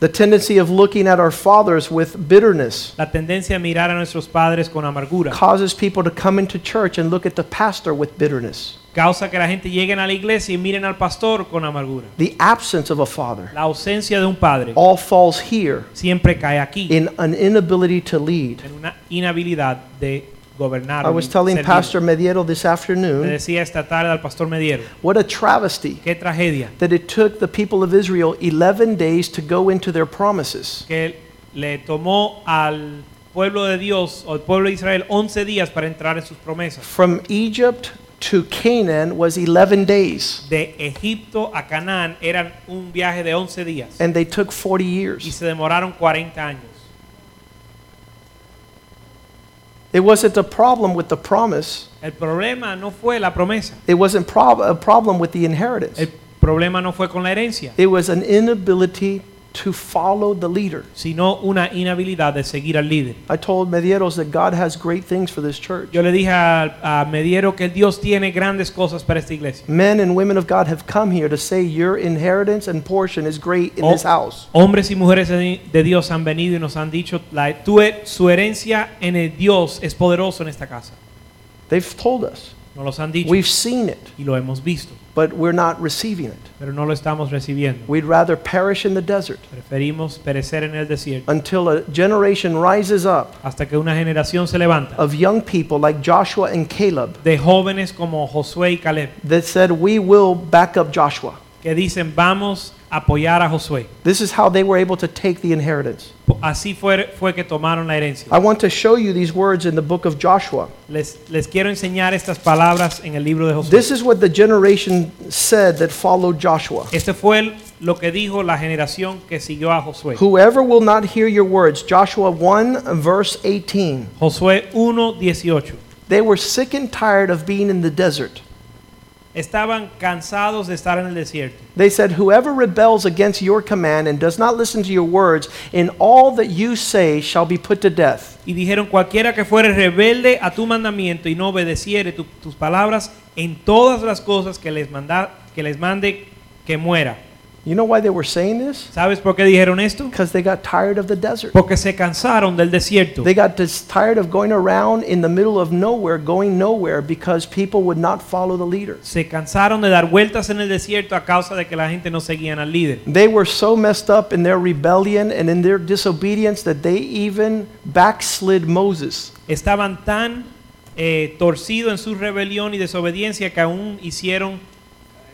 [SPEAKER 2] The tendency of looking at our fathers with bitterness
[SPEAKER 1] La tendencia a mirar a nuestros padres con amargura
[SPEAKER 2] causes people to come into church and look at the pastor with bitterness.
[SPEAKER 1] causa que la gente llegue a la iglesia y miren al pastor con amargura.
[SPEAKER 2] The absence of a father
[SPEAKER 1] La ausencia de un padre
[SPEAKER 2] all falls here
[SPEAKER 1] siempre cae aquí.
[SPEAKER 2] in an inability to lead.
[SPEAKER 1] en una inhabilidad de gobernar.
[SPEAKER 2] I
[SPEAKER 1] o
[SPEAKER 2] was
[SPEAKER 1] de
[SPEAKER 2] telling
[SPEAKER 1] servir.
[SPEAKER 2] Pastor Mediero this
[SPEAKER 1] le
[SPEAKER 2] afternoon
[SPEAKER 1] decía esta tarde al pastor Mediero,
[SPEAKER 2] what a travesty
[SPEAKER 1] qué tragedia
[SPEAKER 2] that it took the people of Israel 11 days to go into their promises.
[SPEAKER 1] que le tomó al pueblo de Dios o al pueblo de Israel 11 días para entrar en sus promesas.
[SPEAKER 2] From Egypt to Canaan was 11 days,
[SPEAKER 1] De Egipto a Canaán eran un viaje de 11 días
[SPEAKER 2] and they took 40
[SPEAKER 1] y
[SPEAKER 2] years.
[SPEAKER 1] se demoraron 40 años.
[SPEAKER 2] It wasn't a problem with the promise,
[SPEAKER 1] El problema no fue la promesa,
[SPEAKER 2] it wasn't prob- a problem with the inheritance.
[SPEAKER 1] el problema no fue con la herencia,
[SPEAKER 2] It was an inability to follow the leader.
[SPEAKER 1] sino una inhabilidad de seguir al líder.
[SPEAKER 2] I told Medieros that God has great things for this church.
[SPEAKER 1] Yo le dije a, a Mediero que Dios tiene grandes cosas para esta iglesia.
[SPEAKER 2] Men and women of God have come here to say your inheritance and portion is great in
[SPEAKER 1] Oh.
[SPEAKER 2] this house.
[SPEAKER 1] Hombres y mujeres de de Dios han venido y nos han dicho, la, tu, he- su herencia en el Dios es poderoso en esta casa.
[SPEAKER 2] They've told us.
[SPEAKER 1] Nos los han dicho
[SPEAKER 2] We've seen it,
[SPEAKER 1] y lo hemos visto,
[SPEAKER 2] but we're not receiving it.
[SPEAKER 1] pero no lo estamos recibiendo.
[SPEAKER 2] We'd rather perish in the desert
[SPEAKER 1] Preferimos perecer en el desierto
[SPEAKER 2] until a generation rises up
[SPEAKER 1] hasta que una generación se levanta
[SPEAKER 2] of young people like Joshua and Caleb
[SPEAKER 1] de jóvenes como Josué y Caleb
[SPEAKER 2] that said, We will back up Joshua.
[SPEAKER 1] que dicen, vamos a apoyar a Josué.
[SPEAKER 2] This is how they were able to take the inheritance.
[SPEAKER 1] Po- Así fue, fue que tomaron la herencia.
[SPEAKER 2] I want to show you these words in the book of Joshua.
[SPEAKER 1] Les, les quiero enseñar estas palabras en el libro de Josué.
[SPEAKER 2] This is what the generation said that followed Joshua.
[SPEAKER 1] Este fue el- lo que dijo la generación que siguió a Josué.
[SPEAKER 2] Whoever will not hear your words, Joshua 1, verse 18.
[SPEAKER 1] Josué 1.18.
[SPEAKER 2] They were sick and tired of being in the desert.
[SPEAKER 1] Estaban cansados de estar en el desierto.
[SPEAKER 2] They said, Whoever rebels against your command and does not listen to your words, in all that you say shall be put to death.
[SPEAKER 1] Y dijeron, cualquiera que fuere rebelde a tu mandamiento y no obedeciere tu- tus palabras en todas las cosas que les, manda, que les mande, que muera.
[SPEAKER 2] You know why they were saying this?
[SPEAKER 1] ¿Sabes por qué dijeron esto?
[SPEAKER 2] Because they got tired of the desert.
[SPEAKER 1] Porque se cansaron del desierto.
[SPEAKER 2] They got dis- tired of going around in the middle of nowhere, going nowhere, because people would not follow the leaders.
[SPEAKER 1] Se cansaron de dar vueltas en el desierto a causa de que la gente no seguía al líder.
[SPEAKER 2] They were so messed up in their rebellion and in their disobedience that they even backslid Moses.
[SPEAKER 1] Estaban tan eh, torcido en su rebelión y desobediencia que aún hicieron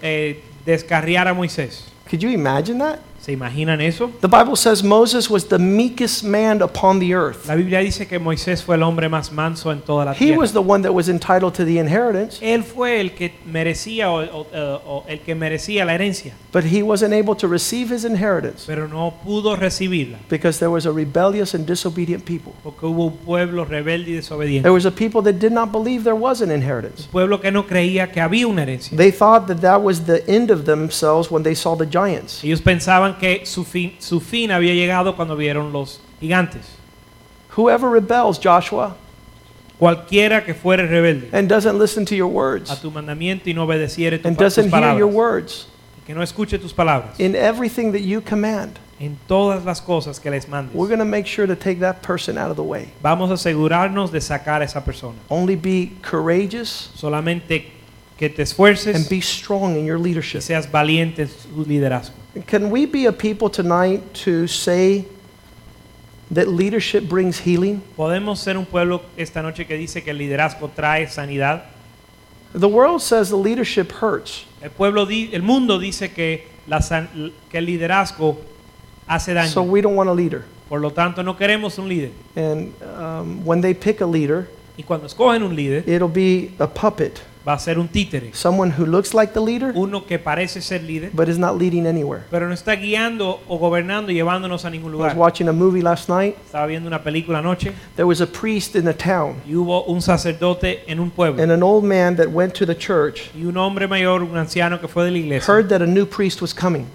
[SPEAKER 1] eh, descarriar a Moisés.
[SPEAKER 2] Could you imagine that?
[SPEAKER 1] ¿Se imaginan eso?
[SPEAKER 2] The Bible says Moses was the meekest man upon the earth.
[SPEAKER 1] La Biblia dice que Moisés fue el hombre más manso en toda la
[SPEAKER 2] He
[SPEAKER 1] tierra.
[SPEAKER 2] was the one that was entitled to the inheritance,
[SPEAKER 1] Él fue el que merecía o- o- eh, o el que merecía la herencia,
[SPEAKER 2] but he wasn't able to receive his inheritance
[SPEAKER 1] pero no pudo recibirla
[SPEAKER 2] because there was a rebellious and disobedient people.
[SPEAKER 1] porque hubo un pueblo rebelde y desobediente,
[SPEAKER 2] There was a people that did not believe there was an inheritance.
[SPEAKER 1] un pueblo que no creía que había una herencia.
[SPEAKER 2] They thought that that was the end of themselves when they saw the giants.
[SPEAKER 1] Ellos pensaban que su fin, su fin había llegado cuando vieron los gigantes.
[SPEAKER 2] Whoever rebels, Joshua,
[SPEAKER 1] Cualquiera que fuere rebelde
[SPEAKER 2] and doesn't listen to your
[SPEAKER 1] a
[SPEAKER 2] words
[SPEAKER 1] tu mandamiento y no obedeciere tu
[SPEAKER 2] and
[SPEAKER 1] pa- tus
[SPEAKER 2] doesn't hear your
[SPEAKER 1] palabras,
[SPEAKER 2] words
[SPEAKER 1] que no escuche tus palabras,
[SPEAKER 2] in everything that you command,
[SPEAKER 1] en todas las cosas que les mandes,
[SPEAKER 2] we're going to make sure to take that person out of the way.
[SPEAKER 1] vamos a asegurarnos de sacar a esa persona.
[SPEAKER 2] Only be courageous
[SPEAKER 1] Solamente que te
[SPEAKER 2] and
[SPEAKER 1] esfuerces
[SPEAKER 2] be strong in your
[SPEAKER 1] que
[SPEAKER 2] leadership.
[SPEAKER 1] seas valiente en tu liderazgo.
[SPEAKER 2] Can we be a people tonight to say that leadership brings healing?
[SPEAKER 1] Podemos ser un pueblo esta noche que dice que el liderazgo trae sanidad.
[SPEAKER 2] The world says the leadership hurts.
[SPEAKER 1] El pueblo, di- el mundo dice que, la san- que el liderazgo hace daño.
[SPEAKER 2] So we don't want a leader.
[SPEAKER 1] Por lo tanto, no queremos un líder.
[SPEAKER 2] And um, when they pick a leader,
[SPEAKER 1] Y cuando escogen un líder,
[SPEAKER 2] it'll be a puppet,
[SPEAKER 1] va a ser un títere.
[SPEAKER 2] someone who looks like the leader
[SPEAKER 1] Uno que parece ser líder,
[SPEAKER 2] but is not leading anywhere.
[SPEAKER 1] pero no está guiando o gobernando y llevándonos a ningún
[SPEAKER 2] I was
[SPEAKER 1] lugar.
[SPEAKER 2] watching a movie last night.
[SPEAKER 1] Estaba viendo una película anoche
[SPEAKER 2] There was a priest in the town
[SPEAKER 1] y hubo un sacerdote en un pueblo.
[SPEAKER 2] and an old man that went to the church
[SPEAKER 1] Y un hombre mayor, un anciano que fue de la iglesia,
[SPEAKER 2] heard that a new priest was coming.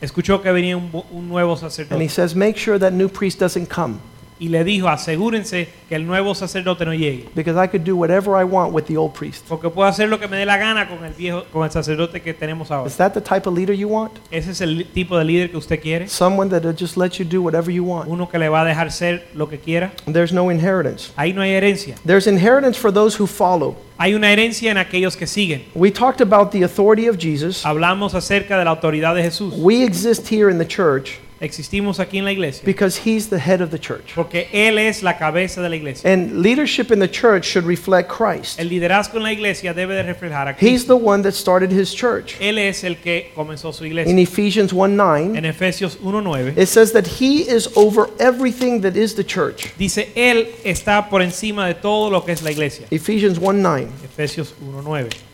[SPEAKER 1] escuchó que venía un, bu- un nuevo
[SPEAKER 2] And he
[SPEAKER 1] sacerdote
[SPEAKER 2] says, Make sure that new priest doesn't come
[SPEAKER 1] y le dijo, asegúrense que el nuevo sacerdote no llegue.
[SPEAKER 2] because I could do whatever I want with the old priest.
[SPEAKER 1] Porque puedo hacer lo que me dé la gana con el viejo, con el sacerdote que tenemos ahora.
[SPEAKER 2] Is that the type of leader you want?
[SPEAKER 1] Ese es el li- tipo de líder que usted quiere.
[SPEAKER 2] Someone that'll just let you do whatever you want.
[SPEAKER 1] Uno que le va a dejar ser lo que quiera.
[SPEAKER 2] There's no inheritance.
[SPEAKER 1] Ahí no hay herencia.
[SPEAKER 2] There's inheritance for those who follow.
[SPEAKER 1] Hay una herencia en aquellos que siguen.
[SPEAKER 2] We talked about the authority of Jesus.
[SPEAKER 1] Hablamos acerca de la autoridad de Jesús.
[SPEAKER 2] We exist here in the church
[SPEAKER 1] Existimos aquí en la iglesia
[SPEAKER 2] because he's the head of the church.
[SPEAKER 1] porque Él es la cabeza de la iglesia.
[SPEAKER 2] And leadership in the church should reflect Christ.
[SPEAKER 1] El liderazgo en la iglesia debe de reflejar a
[SPEAKER 2] He's
[SPEAKER 1] Cristo.
[SPEAKER 2] the one that started his church.
[SPEAKER 1] Él es el que comenzó su
[SPEAKER 2] In
[SPEAKER 1] iglesia.
[SPEAKER 2] Ephesians 1
[SPEAKER 1] En
[SPEAKER 2] 9,
[SPEAKER 1] Efesios 1.9
[SPEAKER 2] it says that he is over everything that is the church.
[SPEAKER 1] dice, Él está por encima de todo lo que es la iglesia.
[SPEAKER 2] Ephesians 1 9.
[SPEAKER 1] Efesios 1.9.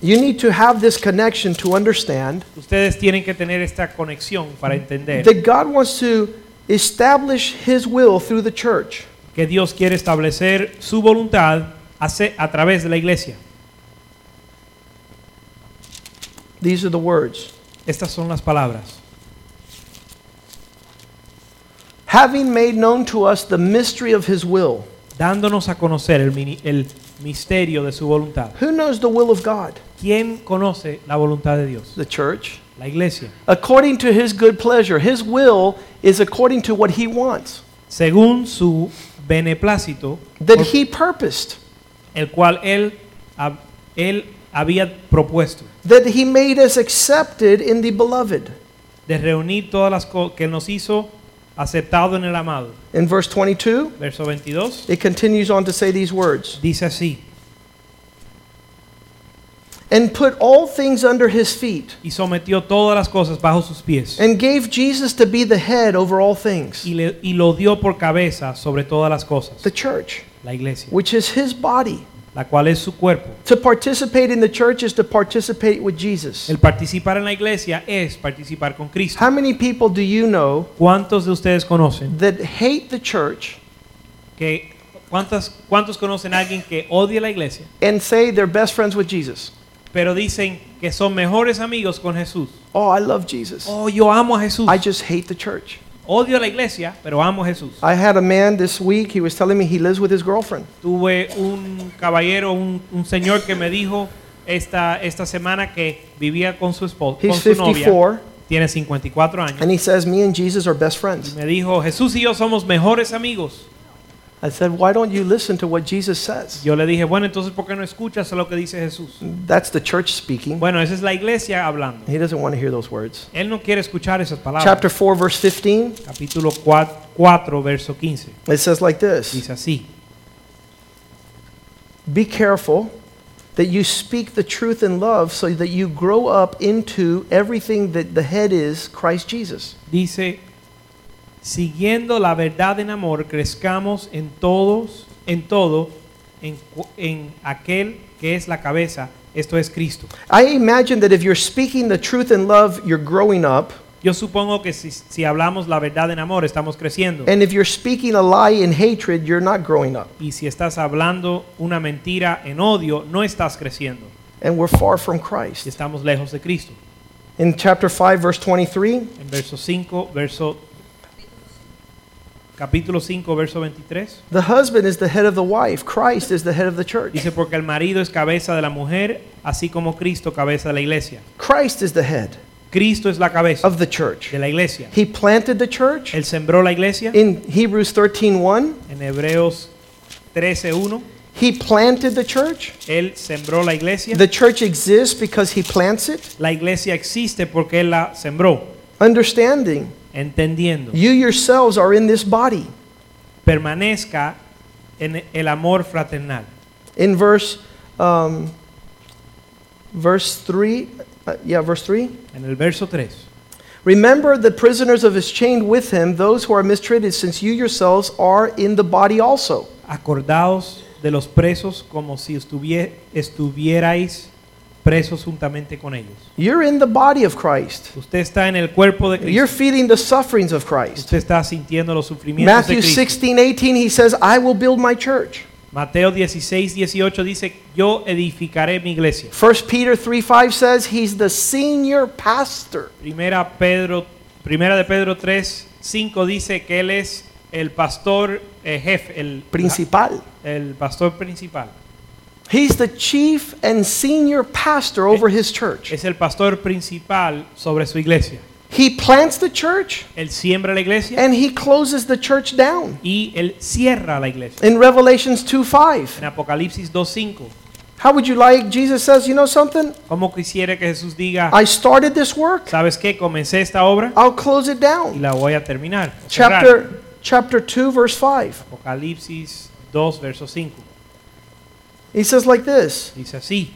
[SPEAKER 2] You need to have this connection to understand
[SPEAKER 1] Ustedes tienen que tener esta conexión para entender
[SPEAKER 2] that God wants to establish His will through the church.
[SPEAKER 1] que Dios quiere establecer su voluntad hace- a través de la iglesia.
[SPEAKER 2] These are the words.
[SPEAKER 1] Estas son las palabras.
[SPEAKER 2] Having made known to us the mystery of His will.
[SPEAKER 1] Dándonos a conocer el, mini- el misterio de su voluntad.
[SPEAKER 2] Who knows the will of God?
[SPEAKER 1] ¿Quién conoce la voluntad de Dios?
[SPEAKER 2] The church.
[SPEAKER 1] La iglesia.
[SPEAKER 2] According to His good pleasure. His will is according to what He wants,
[SPEAKER 1] Según su beneplácito,
[SPEAKER 2] that
[SPEAKER 1] por-
[SPEAKER 2] He purposed,
[SPEAKER 1] el cual él, hab- él había propuesto,
[SPEAKER 2] that He made us accepted in the beloved.
[SPEAKER 1] de reunir todas las cosas que nos hizo aceptado en el amado.
[SPEAKER 2] In verse 22,
[SPEAKER 1] Verso 22
[SPEAKER 2] it continues on to say these words
[SPEAKER 1] dice así,
[SPEAKER 2] And put all things under His feet,
[SPEAKER 1] y sometió todas las cosas bajo sus pies.
[SPEAKER 2] and gave Jesus to be the head over all things.
[SPEAKER 1] y, le- y lo dio por cabeza sobre todas las cosas,
[SPEAKER 2] The church.
[SPEAKER 1] la iglesia,
[SPEAKER 2] which is his body.
[SPEAKER 1] la cual es su cuerpo.
[SPEAKER 2] To participate in the church is to participate with Jesus.
[SPEAKER 1] El participar en la iglesia es participar con Cristo.
[SPEAKER 2] How many people do you know
[SPEAKER 1] ¿Cuántos de ustedes conocen
[SPEAKER 2] that hate the church
[SPEAKER 1] que cuántas cuántos conocen a alguien que odia la iglesia,
[SPEAKER 2] and say they're best friends with Jesus?
[SPEAKER 1] pero dicen que son mejores amigos con Jesús?
[SPEAKER 2] Oh, I love Jesus.
[SPEAKER 1] Oh, yo amo a Jesús.
[SPEAKER 2] I just hate the church.
[SPEAKER 1] Odio la iglesia, pero amo a Jesús.
[SPEAKER 2] I had a man this week, he was telling me he lives with his girlfriend.
[SPEAKER 1] Tuve un caballero, un, un señor que me dijo esta esta semana que vivía con su esposa, con
[SPEAKER 2] He's
[SPEAKER 1] su novia.
[SPEAKER 2] 54,
[SPEAKER 1] Tiene 54 años.
[SPEAKER 2] and he says, Me and Jesus are best friends.
[SPEAKER 1] Me dijo, Jesús y yo somos mejores amigos.
[SPEAKER 2] I said, Why don't you listen to what Jesus says?
[SPEAKER 1] Yo le dije, bueno, entonces ¿por qué no escuchas lo que dice Jesús?
[SPEAKER 2] That's the church speaking.
[SPEAKER 1] Bueno, esa es la iglesia hablando.
[SPEAKER 2] He doesn't want to hear those words.
[SPEAKER 1] Él no quiere escuchar esas palabras.
[SPEAKER 2] Chapter 4, verse 15,
[SPEAKER 1] Capítulo 4, verso 15.
[SPEAKER 2] it says like this.
[SPEAKER 1] Dice así.
[SPEAKER 2] Be careful that you speak the truth in love so that you grow up into everything that the head is Christ Jesus.
[SPEAKER 1] Dice, siguiendo la verdad en amor, crezcamos en todos, en todo, en, cu- en aquel que es la cabeza, esto es Cristo.
[SPEAKER 2] I imagine that if you're speaking the truth in love, you're growing up.
[SPEAKER 1] Yo supongo que si, si hablamos la verdad en amor, estamos creciendo.
[SPEAKER 2] And if you're speaking a lie in hatred, you're not growing up.
[SPEAKER 1] Y si estás hablando una mentira en odio, no estás creciendo.
[SPEAKER 2] And we're far from Christ.
[SPEAKER 1] Estamos lejos de Cristo.
[SPEAKER 2] In chapter 5, verse 23,
[SPEAKER 1] En verso 5, verso capítulo 5, verso 23,
[SPEAKER 2] the husband is the head of the wife, Christ is the head of the church.
[SPEAKER 1] dice porque el marido es cabeza de la mujer, así como Cristo cabeza de la iglesia.
[SPEAKER 2] Christ is the head
[SPEAKER 1] Cristo es la cabeza
[SPEAKER 2] of the church.
[SPEAKER 1] de la iglesia.
[SPEAKER 2] He planted the church
[SPEAKER 1] Él sembró la iglesia
[SPEAKER 2] in Hebrews 13:1.
[SPEAKER 1] en Hebreos 13:1.
[SPEAKER 2] He planted the church.
[SPEAKER 1] Él sembró la iglesia.
[SPEAKER 2] The church exists because he plants it.
[SPEAKER 1] La iglesia existe porque él la sembró,
[SPEAKER 2] Understanding,
[SPEAKER 1] entendiendo.
[SPEAKER 2] you yourselves are in this body.
[SPEAKER 1] Permanezca en el amor fraternal.
[SPEAKER 2] In verse um, verse 3, uh, yeah, verse 3.
[SPEAKER 1] En el verso 3.
[SPEAKER 2] Remember the prisoners of his chain with him, those who are mistreated, since you yourselves are in the body also.
[SPEAKER 1] Acordaos de los presos como si estuvie- estuvierais presos juntamente con ellos.
[SPEAKER 2] You're in the body of Christ.
[SPEAKER 1] Usted está en el cuerpo de
[SPEAKER 2] You're
[SPEAKER 1] Cristo.
[SPEAKER 2] feeding the sufferings of Christ.
[SPEAKER 1] Usted está sintiendo los sufrimientos
[SPEAKER 2] Matthew
[SPEAKER 1] de Cristo.
[SPEAKER 2] 16, 18, he says, I will build my church.
[SPEAKER 1] Mateo 16, 18 dice, yo edificaré mi iglesia.
[SPEAKER 2] 1 Peter 3, 5 says, he's the senior pastor.
[SPEAKER 1] Primera, Pedro, primera de Pedro 3, 5 dice que él es el pastor eh, jefe, el,
[SPEAKER 2] Principal.
[SPEAKER 1] el pastor principal.
[SPEAKER 2] He's the chief and senior pastor over his church.
[SPEAKER 1] Es el pastor principal sobre su iglesia.
[SPEAKER 2] He plants the church
[SPEAKER 1] Él siembra la iglesia
[SPEAKER 2] and he closes the church down.
[SPEAKER 1] y él cierra la iglesia.
[SPEAKER 2] In Revelations 2, 5.
[SPEAKER 1] En Apocalipsis 2.5.
[SPEAKER 2] How would you like, Jesus says, you know something?
[SPEAKER 1] ¿Cómo quisiera que Jesús diga,
[SPEAKER 2] I started this work.
[SPEAKER 1] ¿sabes qué? Comencé esta obra
[SPEAKER 2] I'll close it
[SPEAKER 1] y
[SPEAKER 2] down.
[SPEAKER 1] la voy a terminar. cerrar".
[SPEAKER 2] Chapter chapter 2 verse 5.
[SPEAKER 1] Apocalipsis 2, verso 5.
[SPEAKER 2] He says like this,
[SPEAKER 1] Dice así.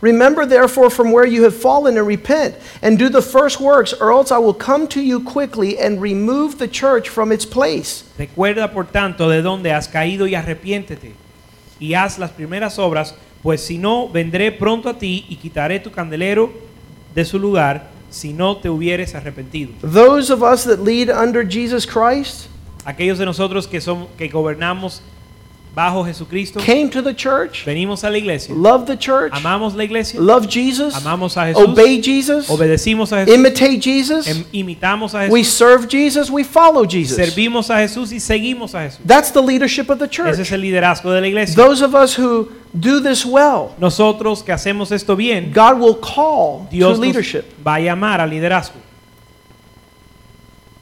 [SPEAKER 2] Remember therefore from where you have fallen and repent and do the first works or else I will come to you quickly and remove the church from its place.
[SPEAKER 1] Recuerda por tanto de dónde has caído y arrepiéntete y haz las primeras obras, pues si no, vendré pronto a ti y quitaré tu candelero de su lugar si no te hubieres arrepentido.
[SPEAKER 2] Those of us that lead under Jesus Christ
[SPEAKER 1] Aquellos de nosotros que, son, que gobernamos bajo Jesucristo,
[SPEAKER 2] came to the church,
[SPEAKER 1] venimos a la iglesia,
[SPEAKER 2] love the church,
[SPEAKER 1] amamos la iglesia,
[SPEAKER 2] love Jesus,
[SPEAKER 1] amamos a Jesús,
[SPEAKER 2] obey Jesus,
[SPEAKER 1] obedecimos a Jesús,
[SPEAKER 2] imitate Jesus,
[SPEAKER 1] em- imitamos a
[SPEAKER 2] we
[SPEAKER 1] Jesús,
[SPEAKER 2] serve Jesus, we follow Jesus.
[SPEAKER 1] servimos a Jesús y seguimos a Jesús.
[SPEAKER 2] That's the leadership of the
[SPEAKER 1] Ese
[SPEAKER 2] church.
[SPEAKER 1] es el liderazgo de la iglesia.
[SPEAKER 2] Those of us who do this well,
[SPEAKER 1] Nosotros que hacemos esto bien,
[SPEAKER 2] God will call to
[SPEAKER 1] Dios nos
[SPEAKER 2] leadership.
[SPEAKER 1] va a llamar al liderazgo.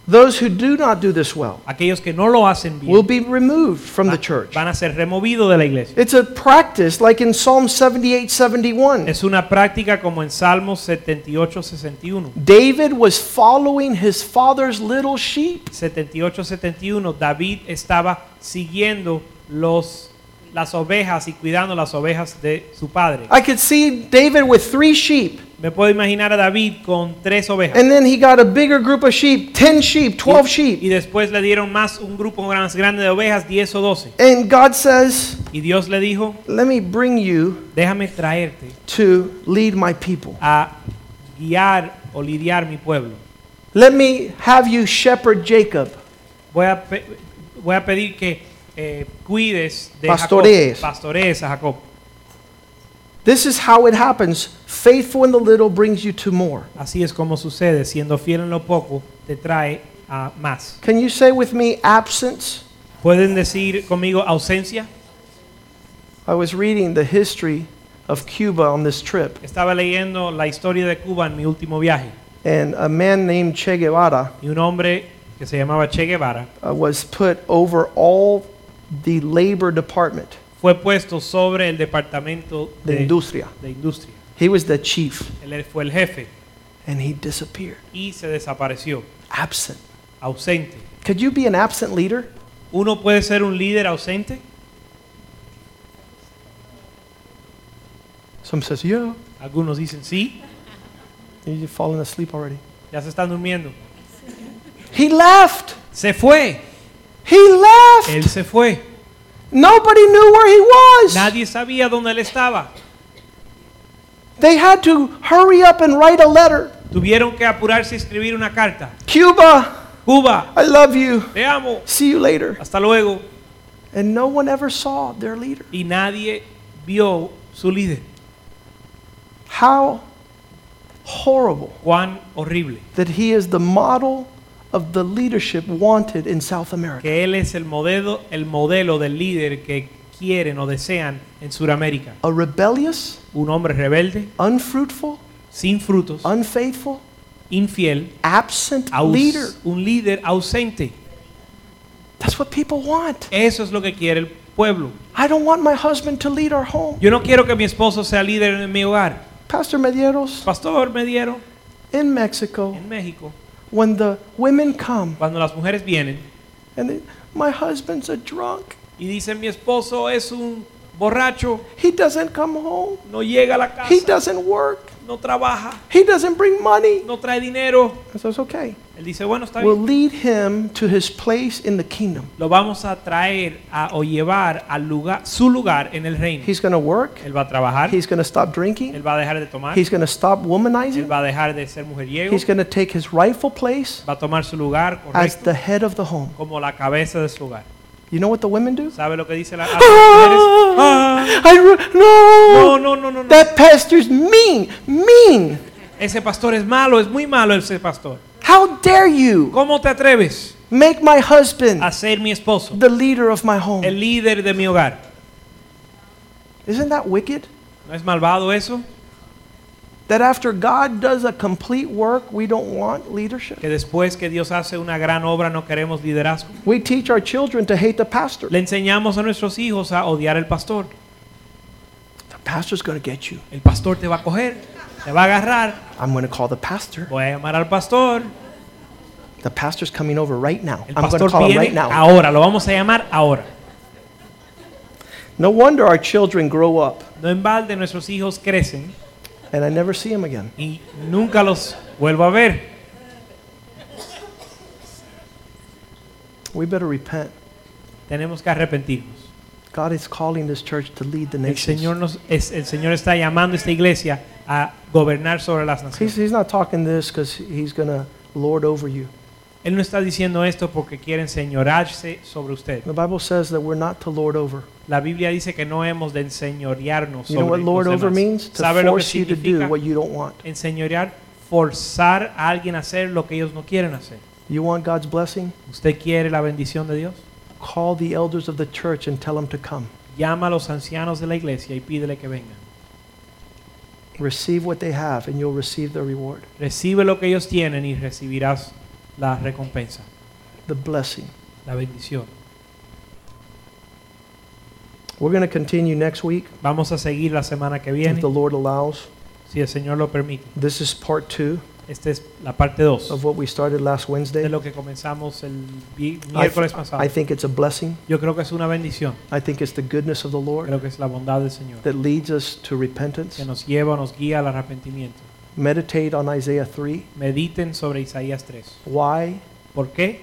[SPEAKER 2] Those who do not do this well
[SPEAKER 1] Aquellos que no lo hacen bien
[SPEAKER 2] will be removed from the church.
[SPEAKER 1] van a ser removidos de la iglesia.
[SPEAKER 2] It's a practice like in Psalm 78 71.
[SPEAKER 1] Es una práctica como en Salmos 78, 61.
[SPEAKER 2] David was following his father's little sheep.
[SPEAKER 1] 78, 71, David estaba siguiendo los, las ovejas y cuidando las ovejas de su padre.
[SPEAKER 2] I could see David with three sheep,
[SPEAKER 1] Me puedo imaginar a David con tres ovejas.
[SPEAKER 2] and then he got a bigger group of sheep 10 sheep, 12
[SPEAKER 1] Y
[SPEAKER 2] sheep.
[SPEAKER 1] después le dieron más un grupo más grande de ovejas, 10 o 12.
[SPEAKER 2] And God says,
[SPEAKER 1] Y Dios le dijo,
[SPEAKER 2] Let me bring you
[SPEAKER 1] déjame traerte
[SPEAKER 2] to lead my people.
[SPEAKER 1] a guiar o lidiar mi pueblo.
[SPEAKER 2] Let me have you shepherd Jacob.
[SPEAKER 1] Voy a, pe- voy a pedir que eh, cuides de Jacob,
[SPEAKER 2] Pastorees.
[SPEAKER 1] pastorees a Jacob.
[SPEAKER 2] This is how it happens. Faithful in the little brings you to more.
[SPEAKER 1] Así es como sucede, siendo fiel en lo poco, te trae a más.
[SPEAKER 2] Can you say with me absence?
[SPEAKER 1] ¿Pueden decir conmigo ausencia?
[SPEAKER 2] I was reading the history of Cuba on this trip,
[SPEAKER 1] Estaba leyendo la historia de Cuba en mi último viaje
[SPEAKER 2] and a man named Che Guevara
[SPEAKER 1] y un hombre que se llamaba Che Guevara
[SPEAKER 2] uh, was put over all the labor department,
[SPEAKER 1] fue puesto sobre el departamento
[SPEAKER 2] the
[SPEAKER 1] de,
[SPEAKER 2] industria.
[SPEAKER 1] de industria.
[SPEAKER 2] He was the chief,
[SPEAKER 1] Él fue el jefe
[SPEAKER 2] and he disappeared,
[SPEAKER 1] y se desapareció,
[SPEAKER 2] absent.
[SPEAKER 1] ausente.
[SPEAKER 2] Could you be an absent leader?
[SPEAKER 1] ¿Uno puede ser un líder ausente?
[SPEAKER 2] Some says, yeah,
[SPEAKER 1] Algunos dicen sí,
[SPEAKER 2] you've fallen asleep already.
[SPEAKER 1] ya se están durmiendo.
[SPEAKER 2] He left.
[SPEAKER 1] Se fue,
[SPEAKER 2] He left.
[SPEAKER 1] él se fue.
[SPEAKER 2] Nobody knew where he was.
[SPEAKER 1] Nadie sabía dónde él estaba.
[SPEAKER 2] They had to hurry up and write a letter.
[SPEAKER 1] Tuvieron que apurarse a escribir una carta.
[SPEAKER 2] Cuba,
[SPEAKER 1] Cuba,
[SPEAKER 2] I love you.
[SPEAKER 1] te amo.
[SPEAKER 2] See you later.
[SPEAKER 1] Hasta luego.
[SPEAKER 2] And no one ever saw their leader.
[SPEAKER 1] Y nadie vio su líder.
[SPEAKER 2] How horrible
[SPEAKER 1] Cuán horrible.
[SPEAKER 2] that he is the model of the leadership wanted in South America.
[SPEAKER 1] Que él es el modelo, el modelo del líder que quieren o desean en Sudamérica.
[SPEAKER 2] A rebellious,
[SPEAKER 1] Un hombre rebelde,
[SPEAKER 2] unfruitful,
[SPEAKER 1] sin frutos,
[SPEAKER 2] unfaithful,
[SPEAKER 1] infiel,
[SPEAKER 2] absent
[SPEAKER 1] aus-
[SPEAKER 2] leader.
[SPEAKER 1] un líder ausente.
[SPEAKER 2] That's what people want.
[SPEAKER 1] Eso es lo que quiere el pueblo.
[SPEAKER 2] I don't want my husband to lead our home.
[SPEAKER 1] Yo no quiero que mi esposo sea líder en mi hogar.
[SPEAKER 2] Pastor Medeiros,
[SPEAKER 1] Pastor, me dieron
[SPEAKER 2] in Mexico,
[SPEAKER 1] en México,
[SPEAKER 2] when the women come
[SPEAKER 1] cuando las mujeres vienen
[SPEAKER 2] and they, my husband's a drunk,
[SPEAKER 1] y dicen, mi esposo es un borracho,
[SPEAKER 2] he doesn't come home,
[SPEAKER 1] no llega a la
[SPEAKER 2] he
[SPEAKER 1] casa,
[SPEAKER 2] doesn't work,
[SPEAKER 1] no trabaja,
[SPEAKER 2] he doesn't bring money.
[SPEAKER 1] no trae dinero.
[SPEAKER 2] I says, okay.
[SPEAKER 1] Él dice, bueno, está
[SPEAKER 2] We'll
[SPEAKER 1] bien.
[SPEAKER 2] lead him to his place in the kingdom.
[SPEAKER 1] Lo vamos a traer a, o llevar al lugar, su lugar en el reino.
[SPEAKER 2] He's going to work.
[SPEAKER 1] Él va a trabajar,
[SPEAKER 2] He's going to stop drinking.
[SPEAKER 1] él va a dejar de tomar,
[SPEAKER 2] He's going to stop
[SPEAKER 1] él
[SPEAKER 2] womanizing.
[SPEAKER 1] va a dejar de ser mujeriego,
[SPEAKER 2] He's going to take his rightful place
[SPEAKER 1] va a tomar su lugar
[SPEAKER 2] as
[SPEAKER 1] correcto
[SPEAKER 2] the head of the home.
[SPEAKER 1] como la cabeza de su hogar.
[SPEAKER 2] You know what the women (laughs) do?
[SPEAKER 1] ¿Sabe lo que dice la a las mujeres?
[SPEAKER 2] Ah,
[SPEAKER 1] Ah,
[SPEAKER 2] I re-
[SPEAKER 1] no,
[SPEAKER 2] no,
[SPEAKER 1] no, no, no, no.
[SPEAKER 2] that pastor's mean, mean.
[SPEAKER 1] Ese pastor es malo, es muy malo ese pastor.
[SPEAKER 2] How dare you
[SPEAKER 1] ¿Cómo te atreves
[SPEAKER 2] make my husband
[SPEAKER 1] a ser mi esposo,
[SPEAKER 2] the leader of my home?
[SPEAKER 1] el líder de mi hogar?
[SPEAKER 2] Isn't that wicked?
[SPEAKER 1] ¿No es malvado eso?
[SPEAKER 2] That after God does a complete work, we don't want leadership.
[SPEAKER 1] Que después que Dios hace una gran obra no queremos liderazgo.
[SPEAKER 2] We teach our children to hate the pastor.
[SPEAKER 1] Le enseñamos a nuestros hijos a odiar al pastor.
[SPEAKER 2] The pastor's going to get you.
[SPEAKER 1] El pastor te va a coger, te va a agarrar.
[SPEAKER 2] I'm going to call the pastor.
[SPEAKER 1] Voy a llamar al pastor.
[SPEAKER 2] The pastor's coming over right now.
[SPEAKER 1] El
[SPEAKER 2] I'm going to
[SPEAKER 1] pastor
[SPEAKER 2] call him
[SPEAKER 1] viene
[SPEAKER 2] right now.
[SPEAKER 1] ahora, lo vamos a llamar ahora.
[SPEAKER 2] No wonder our children grow up
[SPEAKER 1] No en balde nuestros hijos crecen
[SPEAKER 2] and I never see him again.
[SPEAKER 1] y nunca los vuelvo a ver.
[SPEAKER 2] We better repent.
[SPEAKER 1] Tenemos que arrepentirnos.
[SPEAKER 2] God is calling this church to lead the
[SPEAKER 1] El
[SPEAKER 2] nations.
[SPEAKER 1] Señor, nos, es- el Señor está llamando a esta iglesia a gobernar sobre las
[SPEAKER 2] He's,
[SPEAKER 1] naciones.
[SPEAKER 2] he's not talking this because he's going to lord over you.
[SPEAKER 1] Él no está diciendo esto porque quiere enseñorearse sobre usted.
[SPEAKER 2] The Bible says that we're not to lord over.
[SPEAKER 1] La Biblia dice que no hemos de enseñorearnos
[SPEAKER 2] You know
[SPEAKER 1] sobre
[SPEAKER 2] what lord
[SPEAKER 1] los
[SPEAKER 2] over
[SPEAKER 1] demás.
[SPEAKER 2] means? To
[SPEAKER 1] ¿Sabe lo que
[SPEAKER 2] force you to do
[SPEAKER 1] significa
[SPEAKER 2] what you don't want.
[SPEAKER 1] enseñorear? Forzar a alguien a hacer lo que ellos no quieren hacer.
[SPEAKER 2] You want God's blessing?
[SPEAKER 1] ¿Usted quiere la bendición de Dios?
[SPEAKER 2] Call the elders of the church and tell them to come.
[SPEAKER 1] Llama a los ancianos de la iglesia y pídele que vengan.
[SPEAKER 2] Receive what they have and you'll receive the reward,
[SPEAKER 1] Recibe lo que ellos tienen y recibirás la recompensa,
[SPEAKER 2] the blessing.
[SPEAKER 1] la bendición.
[SPEAKER 2] We're going to continue next week
[SPEAKER 1] Vamos a seguir la semana que viene,
[SPEAKER 2] if the Lord allows.
[SPEAKER 1] si el Señor lo permite.
[SPEAKER 2] This is part two
[SPEAKER 1] Esta es la parte 2
[SPEAKER 2] of what we started last Wednesday.
[SPEAKER 1] de lo que comenzamos el vi-
[SPEAKER 2] I,
[SPEAKER 1] miércoles pasado.
[SPEAKER 2] I think it's a blessing.
[SPEAKER 1] Yo creo que es una bendición,
[SPEAKER 2] I think it's the goodness of the Lord
[SPEAKER 1] creo que es la bondad del Señor
[SPEAKER 2] that leads us to repentance.
[SPEAKER 1] que nos lleva, nos guía al arrepentimiento.
[SPEAKER 2] Meditate on Isaiah 3.
[SPEAKER 1] Mediten sobre Isaías 3.
[SPEAKER 2] Why
[SPEAKER 1] ¿Por qué?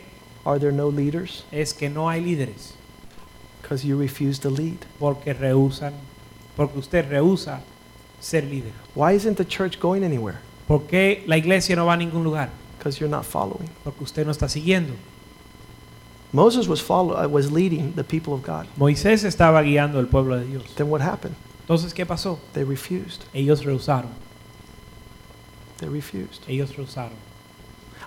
[SPEAKER 2] are there no leaders?
[SPEAKER 1] Es que no hay líderes,
[SPEAKER 2] Because you refuse to lead.
[SPEAKER 1] porque rehusan, porque usted rehúsa ser líder.
[SPEAKER 2] Why isn't the church going anywhere?
[SPEAKER 1] ¿Por qué la iglesia no va a ningún lugar?
[SPEAKER 2] Because you're not following.
[SPEAKER 1] Porque usted no está siguiendo.
[SPEAKER 2] Moses was follow, uh, was leading the people of God.
[SPEAKER 1] Moisés estaba guiando al pueblo de Dios.
[SPEAKER 2] Then what happened?
[SPEAKER 1] Entonces, ¿qué pasó?
[SPEAKER 2] They refused.
[SPEAKER 1] Ellos rehusaron,
[SPEAKER 2] They refused.
[SPEAKER 1] ellos rehusaron.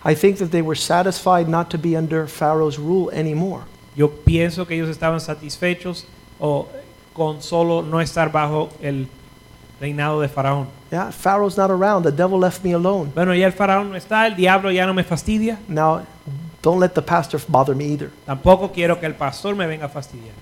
[SPEAKER 2] I think that they were satisfied not to be under Pharaoh's rule anymore.
[SPEAKER 1] Yo pienso que ellos estaban satisfechos o con solo no estar bajo el reinado de Faraón.
[SPEAKER 2] Yeah, Pharaoh's not around. The devil left me alone.
[SPEAKER 1] Bueno, ya el Faraón no está, el diablo ya no me fastidia,
[SPEAKER 2] Now, don't let the pastor bother me either.
[SPEAKER 1] tampoco quiero que el pastor me venga a fastidiar.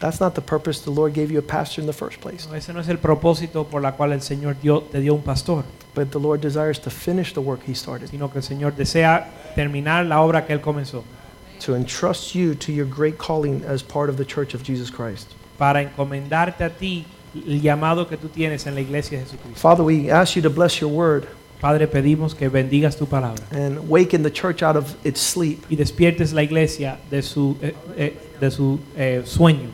[SPEAKER 2] That's not the purpose the Lord gave you a pastor in the first place.
[SPEAKER 1] No, ese no es el propósito por la cual el Señor dio- te dio un pastor,
[SPEAKER 2] But the Lord desires to finish the work He started,
[SPEAKER 1] sino que el Señor desea terminar la obra que Él comenzó
[SPEAKER 2] to entrust you to your great calling as part of the Church of Jesus Christ.
[SPEAKER 1] para encomendarte a ti el llamado que tú tienes en la iglesia de Jesucristo.
[SPEAKER 2] Father, we ask you to bless your word
[SPEAKER 1] Padre, pedimos que bendigas tu palabra
[SPEAKER 2] and waken the church out of its sleep.
[SPEAKER 1] y despiertes la iglesia de su, eh, eh, de su eh, sueño.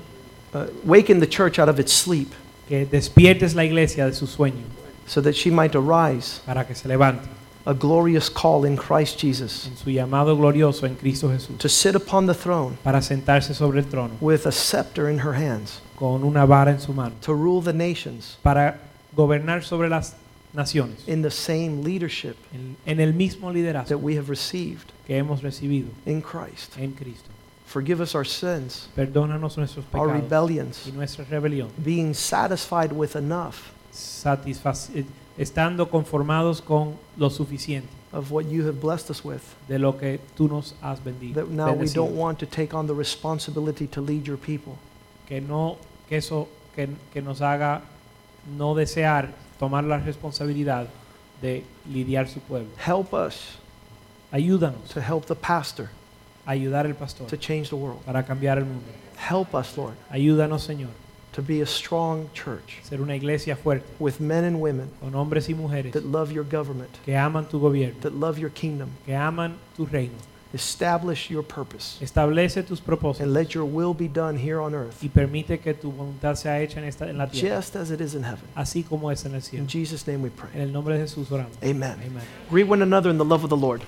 [SPEAKER 2] Uh, waken the church out of its sleep
[SPEAKER 1] Que despiertes la iglesia de su sueño
[SPEAKER 2] so that she might arise,
[SPEAKER 1] para que se levante
[SPEAKER 2] a glorious call in Christ Jesus,
[SPEAKER 1] en su llamado glorioso en Cristo Jesús
[SPEAKER 2] to sit upon the throne
[SPEAKER 1] para sentarse sobre el trono
[SPEAKER 2] with a scepter in her hands,
[SPEAKER 1] con una vara en su mano
[SPEAKER 2] to rule the nations
[SPEAKER 1] para gobernar sobre las naciones
[SPEAKER 2] in the same leadership
[SPEAKER 1] en, en el mismo
[SPEAKER 2] that
[SPEAKER 1] liderazgo
[SPEAKER 2] we have received
[SPEAKER 1] que hemos recibido
[SPEAKER 2] in Christ.
[SPEAKER 1] en Cristo.
[SPEAKER 2] Forgive us our sins,
[SPEAKER 1] Perdónanos nuestros
[SPEAKER 2] our
[SPEAKER 1] pecados
[SPEAKER 2] rebellions,
[SPEAKER 1] y nuestra rebelión,
[SPEAKER 2] being satisfied with enough
[SPEAKER 1] satisfac- eh, estando conformados con lo suficiente
[SPEAKER 2] of what you have blessed us with,
[SPEAKER 1] de lo que tú nos has bendi-
[SPEAKER 2] that now we
[SPEAKER 1] bendecido.
[SPEAKER 2] don't want to take on the responsibility to lead your people.
[SPEAKER 1] que no que eso que, que nos haga no desear tomar la responsabilidad de lidiar su pueblo.
[SPEAKER 2] Help us
[SPEAKER 1] Ayúdanos
[SPEAKER 2] to help the pastor
[SPEAKER 1] a ayudar al pastor
[SPEAKER 2] to change the world.
[SPEAKER 1] para cambiar el mundo.
[SPEAKER 2] Help us, Lord,
[SPEAKER 1] Ayúdanos, Señor,
[SPEAKER 2] to be a strong church
[SPEAKER 1] ser una iglesia fuerte
[SPEAKER 2] with men and women
[SPEAKER 1] con hombres y mujeres
[SPEAKER 2] that love your government,
[SPEAKER 1] que aman tu gobierno,
[SPEAKER 2] that love your kingdom.
[SPEAKER 1] que aman tu reino.
[SPEAKER 2] Establish your purpose
[SPEAKER 1] Establece tus propósitos
[SPEAKER 2] and let your will be done here on earth,
[SPEAKER 1] y permite que tu voluntad sea hecha en esta en la tierra,
[SPEAKER 2] just as it is in heaven.
[SPEAKER 1] así como es en el cielo.
[SPEAKER 2] In Jesus' name we
[SPEAKER 1] En
[SPEAKER 2] pray.
[SPEAKER 1] el nombre de Jesús oramos.
[SPEAKER 2] Amen.
[SPEAKER 1] Amén.
[SPEAKER 2] Greet one another in the love of the Lord.